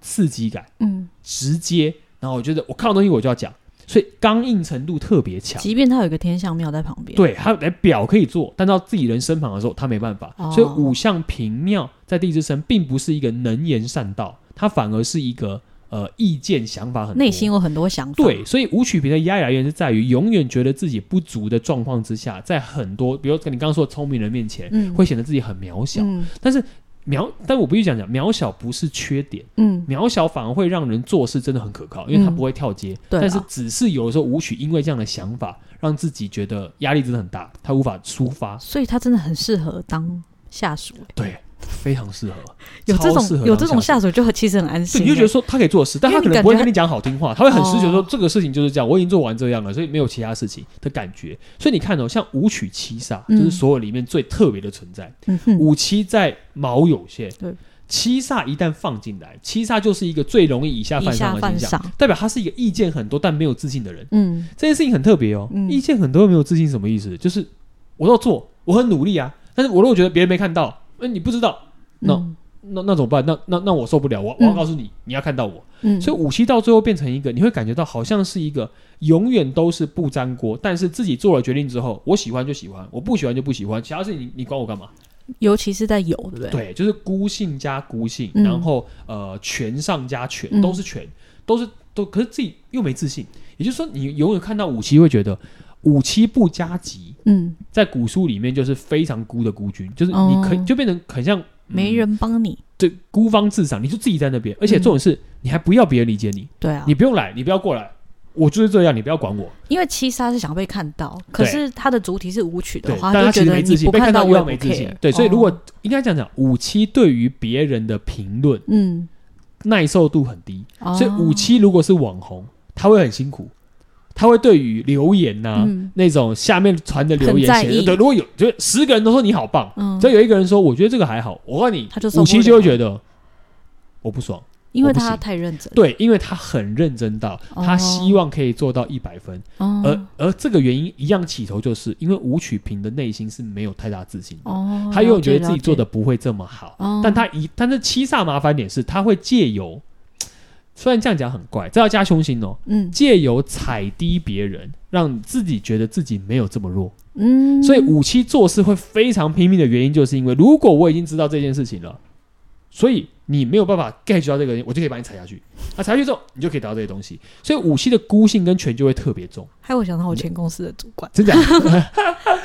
Speaker 1: 刺激感、
Speaker 2: 嗯，
Speaker 1: 直接，然后我觉得我看到东西我就要讲，所以刚硬程度特别强。
Speaker 2: 即便他有一个天象庙在旁边，，
Speaker 1: 对他来表可以做，但到自己人身旁的时候，他没办法。
Speaker 2: 哦
Speaker 1: 所以五项平妙在地支生并不是一个能言善道，他反而是一个呃意见想法很多
Speaker 2: 内心有很多想法。
Speaker 1: 对，，所以舞曲平的压力来源是在于永远觉得自己不足的状况之下，在很多，比如跟你刚刚说的聪明人面前，
Speaker 2: 嗯，
Speaker 1: 会显得自己很渺小。
Speaker 2: 嗯
Speaker 1: 但是渺，但我必须讲讲，渺小不是缺点，
Speaker 2: 嗯
Speaker 1: 渺小反而会让人做事真的很可靠，因为他
Speaker 2: 嗯
Speaker 1: 不会跳街。
Speaker 2: 对啊
Speaker 1: 但是只是有的时候，舞曲因为这样的想法，让自己觉得压力真的很大，他无法抒发。
Speaker 2: 所以他真的很适合当下属。
Speaker 1: 对，非常适合，
Speaker 2: 有这
Speaker 1: 超适合
Speaker 2: 种有这
Speaker 1: 当
Speaker 2: 种
Speaker 1: 下
Speaker 2: 下属就很其实很安
Speaker 1: 属。对
Speaker 2: 心欸，
Speaker 1: 你就觉得说他可以做事，但
Speaker 2: 因
Speaker 1: 他
Speaker 2: 为
Speaker 1: 可能
Speaker 2: 你感
Speaker 1: 不会
Speaker 2: 觉
Speaker 1: 跟你讲好听话，他会很直觉说
Speaker 2: 哦
Speaker 1: 这个事情就是这样，我已经做完这样了，所以没有其他事情的感觉。所以你看哦，像舞曲七煞，就是
Speaker 2: 嗯
Speaker 1: 所有里面最特别的存在。
Speaker 2: 嗯哼，
Speaker 1: 五七在卯酉线，
Speaker 2: 对，
Speaker 1: 七煞一旦放进来，七煞就是一个最容易以下
Speaker 2: 以
Speaker 1: 犯上
Speaker 2: 下
Speaker 1: 的
Speaker 2: 犯
Speaker 1: 现象，
Speaker 2: 上，
Speaker 1: 代表他是一个意见很多但没有自信的人。
Speaker 2: 嗯
Speaker 1: 这件事情很特别哦，
Speaker 2: 嗯
Speaker 1: 意见很多没有自信是什么意思？就是我要做，我很努力啊，但是我如果觉得别人没看到，那、你不知道，那
Speaker 2: 嗯
Speaker 1: 那那怎么办？那那那我受不了，我我要
Speaker 2: 嗯
Speaker 1: 告诉你，你要看到我。
Speaker 2: 嗯，
Speaker 1: 所以五七到最后变成一个，你会感觉到好像是一个永远都是不粘锅，但是自己做了决定之后，我喜欢就喜欢，我不喜欢就不喜欢，其他事情你你管我干嘛？
Speaker 2: 尤其是在有，对不对？
Speaker 1: 对，就是孤性加孤性，
Speaker 2: 嗯
Speaker 1: 然后呃权上加权，
Speaker 2: 嗯
Speaker 1: 都是权，都是都，可是自己又没自信，也就是说你永远看到五七会觉得五七不加急，
Speaker 2: 嗯，
Speaker 1: 在古书里面就是非常孤的孤军，就是你可以、
Speaker 2: 哦
Speaker 1: 就变成很像、嗯
Speaker 2: 没人帮你，
Speaker 1: 对孤芳自赏，你就自己在那边，而且重点是、你还不要别人理解你，
Speaker 2: 对啊，
Speaker 1: 你不用来，你不要过来。我就是这样，你不要管我。
Speaker 2: 因为七杀是想被看到，可是它的主体是舞曲的
Speaker 1: 对，
Speaker 2: 话，
Speaker 1: 但他
Speaker 2: 他
Speaker 1: 其
Speaker 2: 就觉
Speaker 1: 实
Speaker 2: 得
Speaker 1: 没自
Speaker 2: 你
Speaker 1: 信，
Speaker 2: 不
Speaker 1: 被
Speaker 2: 看
Speaker 1: 看
Speaker 2: 到
Speaker 1: 到
Speaker 2: 我也
Speaker 1: 又
Speaker 2: 不
Speaker 1: 没自信
Speaker 2: care。
Speaker 1: 对，所以如
Speaker 2: 哦
Speaker 1: 果应该这样讲，五七对于别人的评论
Speaker 2: 嗯，
Speaker 1: 耐受度很低，
Speaker 2: 哦
Speaker 1: 所以五七如果是网红，他会很辛苦，他会对于留言呐、
Speaker 2: 嗯
Speaker 1: 那种下面传的留
Speaker 2: 很在
Speaker 1: 言写的，
Speaker 2: 意
Speaker 1: 对，如果有就十个人都说你好棒，
Speaker 2: 嗯
Speaker 1: 只，要有一个人说我觉得这个还好，我告诉你
Speaker 2: 他就，受
Speaker 1: 五
Speaker 2: 不
Speaker 1: 七
Speaker 2: 了
Speaker 1: 就会觉得我不爽。
Speaker 2: 嗯因为
Speaker 1: 我不
Speaker 2: 他
Speaker 1: 行
Speaker 2: 太认真，
Speaker 1: 对，因为他很认真到，他希望可以做到一百分，
Speaker 2: 哦
Speaker 1: 而而这个原因一样起头，就是因为吴曲平的内心是没有太大自信的，
Speaker 2: 哦，
Speaker 1: 他永远觉得
Speaker 2: 了解
Speaker 1: 自己做，的
Speaker 2: 了
Speaker 1: 不会这么好
Speaker 2: 解，哦
Speaker 1: 但他一但是七煞麻烦点是，他会借由，虽然这样讲很怪，这要加凶心哦，
Speaker 2: 嗯
Speaker 1: 借由踩低别人，让自己觉得自己没有这么弱，
Speaker 2: 嗯，
Speaker 1: 所以五七做事会非常拼命的原因，就是因为如果我已经知道这件事情了，所以你没有办法 get 到这个人，我就可以把你踩下去。那、踩下去之后，你就可以得到这些东西。所以五七的孤性跟权就会特别重，
Speaker 2: 害我想到我前公司的主管，
Speaker 1: 真的、
Speaker 2: 是不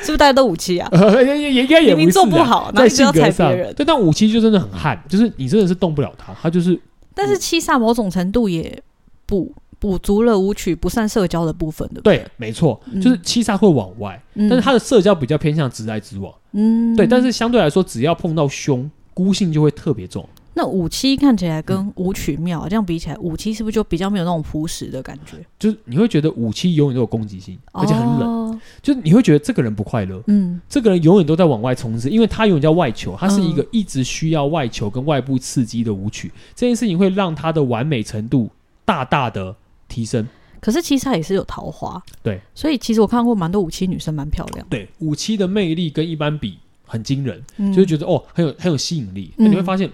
Speaker 2: 是大家都武器 啊？
Speaker 1: 呃也也也应该也
Speaker 2: 明
Speaker 1: 不
Speaker 2: 明
Speaker 1: 是、
Speaker 2: 做不
Speaker 1: 啊。
Speaker 2: 好，然后
Speaker 1: 在
Speaker 2: 一直
Speaker 1: 性
Speaker 2: 要
Speaker 1: 格
Speaker 2: 踩别
Speaker 1: 上，
Speaker 2: 人，
Speaker 1: 对，但五七就真的很悍，就是你真的是动不了他，他就是
Speaker 2: 但是七煞某种程度也补补足了舞曲不善社交的部分，对不
Speaker 1: 对，没错，
Speaker 2: 嗯
Speaker 1: 就是七杀会往外，
Speaker 2: 嗯
Speaker 1: 但是他的社交比较偏向直来直往，
Speaker 2: 嗯，
Speaker 1: 对，但是相对来说，只要碰到凶，孤性就会特别重。
Speaker 2: 那五七看起来
Speaker 1: 嗯
Speaker 2: 跟舞曲妙，这样比起来，五七是不是就比较没有那种朴实的感觉？
Speaker 1: 就是你会觉得武器永远都有攻击性，而且很冷，
Speaker 2: 冷，
Speaker 1: 就是你会觉得这个人不快乐，
Speaker 2: 嗯
Speaker 1: 这个人永远都在往外冲刺，因为他永远叫外求，他是一个一直需要外求跟外部刺激的舞曲。这件事情会让他的完美程度大大的提升。
Speaker 2: 可是其实她也是有桃花，
Speaker 1: 对，
Speaker 2: 所以其实我看过蛮多五七女生蛮漂亮，
Speaker 1: 对，武器的魅力跟一般比很惊人，
Speaker 2: 嗯
Speaker 1: 就会觉得哦，很有很有吸引力。那
Speaker 2: 嗯
Speaker 1: 你会发现，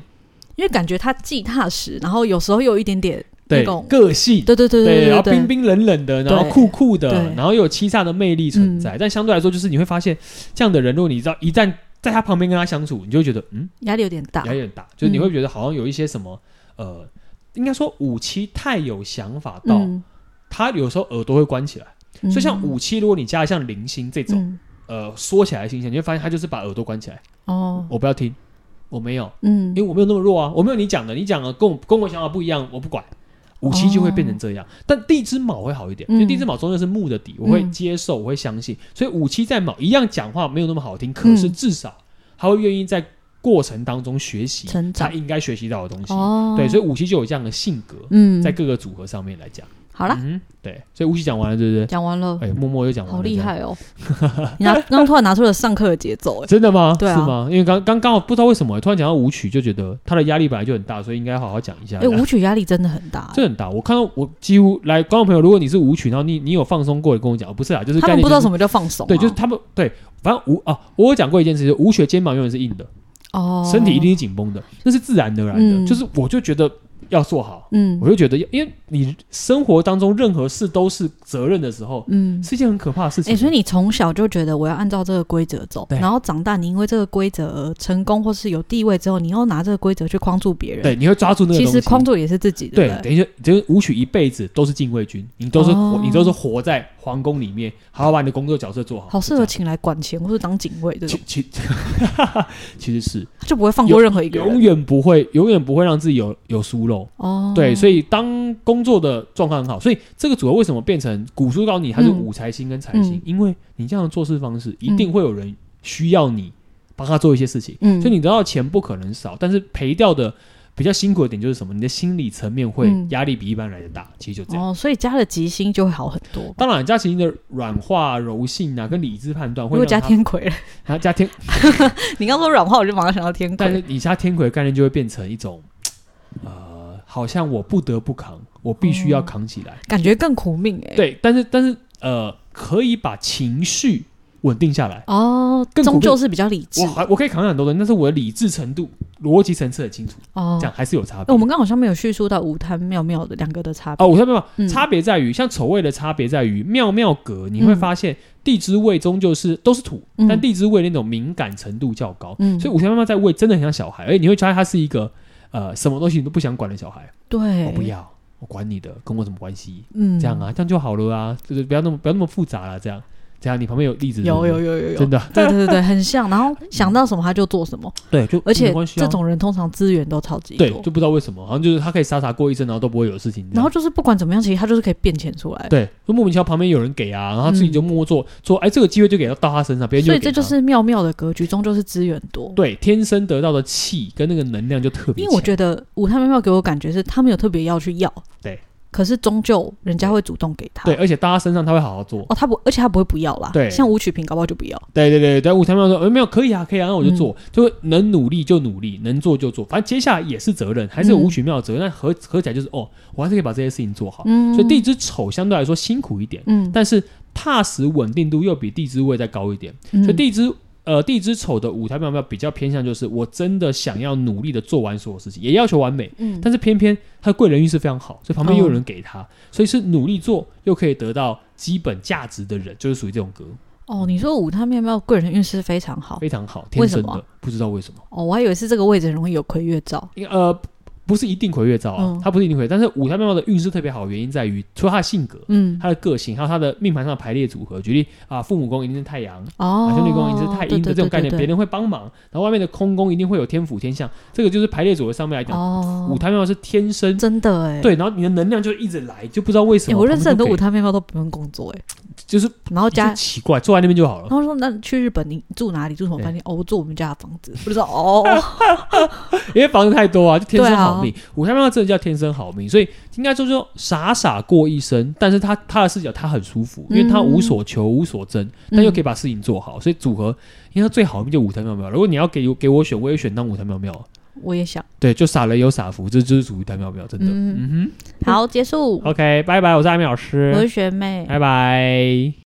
Speaker 2: 因为感觉她既踏实，然后有时候又有一点点那
Speaker 1: 对
Speaker 2: 种，
Speaker 1: 个性，
Speaker 2: 对对对对
Speaker 1: 然后
Speaker 2: 对，
Speaker 1: 冰冰冷冷的，然后
Speaker 2: 对
Speaker 1: 酷酷的
Speaker 2: 对，嗯
Speaker 1: 然后又有七煞的魅力存在。但相对来说，就是你会发现，这样的人，如果你知道一旦在他旁边跟他相处，你就会觉得，嗯，
Speaker 2: 压力有点大
Speaker 1: 压，力很大，就是你会觉得好像有一些什么，呃，应该说五七太有想法到，
Speaker 2: 嗯，
Speaker 1: 他有时候耳朵会关起来。
Speaker 2: 嗯
Speaker 1: 所以像五七，如果你加像零星这种，
Speaker 2: 嗯
Speaker 1: 呃，缩起来的形象，你会发现他就是把耳朵关起来，
Speaker 2: 哦，
Speaker 1: 我不要听，我没有，
Speaker 2: 嗯
Speaker 1: 因为我没有那么弱啊，我没有你讲的，你讲的跟我跟我想法不一样，我不管。五七就会变成这样，但地支卯会好一点，
Speaker 2: 哦嗯
Speaker 1: 因为地支卯终究是木的底，我会
Speaker 2: 嗯
Speaker 1: 接受，我会相信，所以五七在卯一样讲话没有那么好听，可是
Speaker 2: 嗯
Speaker 1: 至少他会愿意在过程当中学习
Speaker 2: 成长
Speaker 1: 他应该学习到的东西。
Speaker 2: 哦，
Speaker 1: 对，所
Speaker 2: 以
Speaker 1: 以五七就有这样的性格，
Speaker 2: 嗯，
Speaker 1: 在各个组合上面来讲。
Speaker 2: 好啦，
Speaker 1: 嗯，对，所以五七讲完了，对不对？
Speaker 2: 讲完了，
Speaker 1: 哎，默默又讲完了，
Speaker 2: 好厉害哦，你拿刚刚突然拿出了上课的节奏，
Speaker 1: 这
Speaker 2: 哎
Speaker 1: 样！真的吗？
Speaker 2: 对啊
Speaker 1: 是吗？因为刚刚刚好不知道为什么突然讲到舞曲，就觉得他的压力本来就很大，所以应该好好 讲一下。
Speaker 2: 哎，舞曲压力真的很大，哎
Speaker 1: 这很大，我看到我几乎来观众朋友，如果你是舞曲，然后你你有放松过，你跟我讲，哦不是啊，就是
Speaker 2: 他
Speaker 1: 概
Speaker 2: 们
Speaker 1: 念
Speaker 2: 不知道什
Speaker 1: 么，
Speaker 2: 么叫放松啊，
Speaker 1: 对，就是他们对，反正舞啊，我有讲过一件事，就是舞曲的肩膀永远是硬的，
Speaker 2: 哦，
Speaker 1: 身体一定是紧绷的，那是自然而然的，
Speaker 2: 嗯
Speaker 1: 就是我就觉得要做好，
Speaker 2: 嗯
Speaker 1: 我就觉得要，因为你生活当中任何事都是责任的时候，
Speaker 2: 嗯，
Speaker 1: 是一件很可怕的事
Speaker 2: 哎、
Speaker 1: 情。
Speaker 2: 所以你从小就觉得我要按照这个规则走，
Speaker 1: 对
Speaker 2: 然后长大你因为这个规则而成功或是有地位之后，你又拿这个规则去框住别人。
Speaker 1: 对，你会抓住那个
Speaker 2: 其
Speaker 1: 东西
Speaker 2: 实框住也是自己的。
Speaker 1: 对
Speaker 2: 不，
Speaker 1: 等一下，就是舞曲一辈子都是禁卫军，你都是活、
Speaker 2: 哦
Speaker 1: 你都是活在皇宫里面，好好把你的工作角色做好。
Speaker 2: 好
Speaker 1: 就
Speaker 2: 适
Speaker 1: 这
Speaker 2: 合
Speaker 1: 样
Speaker 2: 请来管钱或是当警卫这种
Speaker 1: 其，其 其实是
Speaker 2: 他就不会放过任何一个
Speaker 1: 永
Speaker 2: 人。
Speaker 1: 远不会，永远不会让自己有有疏漏。
Speaker 2: 哦，
Speaker 1: 对，所
Speaker 2: 以
Speaker 1: 以当工作的状况很好，所以这个组合为什么变成古书告诉你它是
Speaker 2: 嗯
Speaker 1: 五财星跟财星？
Speaker 2: 嗯
Speaker 1: 因为你这样的做事方式，一定会有人需要你帮他做一些事情，
Speaker 2: 嗯
Speaker 1: 所以你得到的钱不可能少，但是赔掉的比较辛苦的点就是什么？你的心理层面会
Speaker 2: 嗯
Speaker 1: 压力比一般来的大，其实就这样。
Speaker 2: 哦，所以加了吉星就会好很多。
Speaker 1: 当然，加秦的软化、柔性啊，跟理智判断
Speaker 2: 如
Speaker 1: 会
Speaker 2: 果
Speaker 1: 让
Speaker 2: 加
Speaker 1: 他，啊
Speaker 2: 天魁了，
Speaker 1: 然后加天，
Speaker 2: 你刚说软化，我就马上想到天
Speaker 1: 但
Speaker 2: 魁。
Speaker 1: 是你加天魁的概念就会变成一种，呃，好像我不得不扛，我必须
Speaker 2: 哦
Speaker 1: 要扛起来。
Speaker 2: 感觉更苦命哎、，
Speaker 1: 对，但是但是呃，可以把情绪稳定下来。
Speaker 2: 哦，
Speaker 1: 更苦
Speaker 2: 终
Speaker 1: 命
Speaker 2: 究是比较理智
Speaker 1: 我还我可以扛很多东西，但是我的理智程度、逻辑层次很清楚，
Speaker 2: 哦
Speaker 1: 这。样还是有差
Speaker 2: 哎
Speaker 1: 别。
Speaker 2: 我们刚好像没有叙述到五贪妙妙的两个的差别。
Speaker 1: 哦，我看没有
Speaker 2: 嗯
Speaker 1: 差别在于，像丑位的差别在于妙妙格，你会
Speaker 2: 嗯
Speaker 1: 发现地支位终究是都是土，
Speaker 2: 嗯
Speaker 1: 但地支位那种敏感程度较高，
Speaker 2: 嗯
Speaker 1: 所以五条妈妈在喂真的很像小孩，而且你会发现他是一个呃什么东西你都不想管的小孩。
Speaker 2: 对，
Speaker 1: 我不，要，我管你的，跟我什么关系？
Speaker 2: 嗯，
Speaker 1: 啊这样啊，这样就好了啊，就是不要那么不要那么复杂了、这样。这样你旁边有例子是不
Speaker 2: 有
Speaker 1: 是
Speaker 2: 有有有有
Speaker 1: 真，的
Speaker 2: 对对对对，很像。然后想到什么他就做什么，
Speaker 1: 对，就
Speaker 2: 而且
Speaker 1: 没关系啊
Speaker 2: 这种人通常资源都超级
Speaker 1: 对
Speaker 2: 多
Speaker 1: 就，不知道为什么，好像就是他可以傻傻过一生，然后都不会有事情这样。
Speaker 2: 然后就是不管怎么样，其实他就是可以变钱出来。
Speaker 1: 对，就莫名其妙旁边有人给啊，然后他自己就默默做、做，哎，这个机会就给到到他身上，别人就
Speaker 2: 嗯所
Speaker 1: 会
Speaker 2: 以
Speaker 1: 给
Speaker 2: 这就
Speaker 1: 他
Speaker 2: 是妙妙的格局中就是资源多。
Speaker 1: 对天生得到的气跟那个能量就特别强。
Speaker 2: 因为我觉得武汉妙妙给我感觉是他们有特别要去要，
Speaker 1: 对，
Speaker 2: 可是终究人家会主动给他。
Speaker 1: 对，而且到他身上他会好好做。
Speaker 2: 哦，他不，而且他不会不要啦。
Speaker 1: 对
Speaker 2: 像吴曲平搞不好就不要。
Speaker 1: 对对对对，五堂庙说，呃，没有，可以啊，可以啊，那我就
Speaker 2: 嗯
Speaker 1: 做，就能努力就努力，能做就做，反正接下来也是责任，还是有
Speaker 2: 嗯
Speaker 1: 五曲庙的责任，那合合起来就是哦，我还是可以把这些事情做好。
Speaker 2: 嗯，
Speaker 1: 所以地支丑相对来说辛苦一点，
Speaker 2: 嗯，
Speaker 1: 但是踏实稳定度又比地支位再高一点。
Speaker 2: 嗯，
Speaker 1: 所以地支呃地支丑的五台庙庙比较偏向就是我真的想要努力的做完所有事情，也要求完美，
Speaker 2: 嗯，
Speaker 1: 但是偏偏他的贵人运势非常好，所以旁边
Speaker 2: 哦
Speaker 1: 又有人给他，所以是努力做又可以得到基本价值的人，就是属于这种格，
Speaker 2: 哦，你说武汉妙妙贵人运势非常好
Speaker 1: 非常好，
Speaker 2: 为
Speaker 1: 天
Speaker 2: 什
Speaker 1: 生
Speaker 2: 么
Speaker 1: 的，不知道为什么，
Speaker 2: 哦，我还以为是这个位置很容易有魁月照。
Speaker 1: 因为呃。不是一定魁月照啊
Speaker 2: 嗯，
Speaker 1: 他不是一定魁月，但是五台庙庙的运势特别好，原因在于除了他的性格、
Speaker 2: 嗯，
Speaker 1: 他的个性，还有他的命盘上的排列组合。举例啊，父母宫一定是太阳，
Speaker 2: 哦
Speaker 1: 啊，，兄弟宫一定是太阴的这
Speaker 2: 对
Speaker 1: 种概念，别
Speaker 2: 对对对对
Speaker 1: 人会帮忙，然后外面的空宫一定会有天府天象，这个就是排列组合上面来讲，
Speaker 2: 哦，
Speaker 1: 五台庙是天生
Speaker 2: 真的哎、
Speaker 1: 对，然后你的能量就一直来，就不知道为什
Speaker 2: 欸
Speaker 1: 么。
Speaker 2: 我认识很多
Speaker 1: 旁
Speaker 2: 舞
Speaker 1: 边
Speaker 2: 台面包都不用工作哎、
Speaker 1: 就给，就是
Speaker 2: 然后
Speaker 1: 就
Speaker 2: 家，
Speaker 1: 奇怪，坐在那边就好
Speaker 2: 然
Speaker 1: 了。
Speaker 2: 后说那去日本你住哪里住什么
Speaker 1: 对
Speaker 2: 饭店？哦，我住我们家的房子， 不知道哦，
Speaker 1: 因为房子太多啊，就天生
Speaker 2: 对啊
Speaker 1: 好命。五台庙真的叫天生好命，所以应该说说傻傻过一生，但是他他的视角他很舒服，因为他无所求无所争，
Speaker 2: 嗯
Speaker 1: 但又可以把事情做好，所以组合应该最好命就五台妙妙。如果你要给给我选，我也选当五台妙妙。
Speaker 2: 我也想。
Speaker 1: 啊对，就傻了有傻福，这就是属于台妙妙，真的。
Speaker 2: 嗯
Speaker 1: 嗯哼。
Speaker 2: 好，结束，
Speaker 1: OK，拜拜，我是艾米老师，
Speaker 2: 我是学妹，
Speaker 1: 拜拜。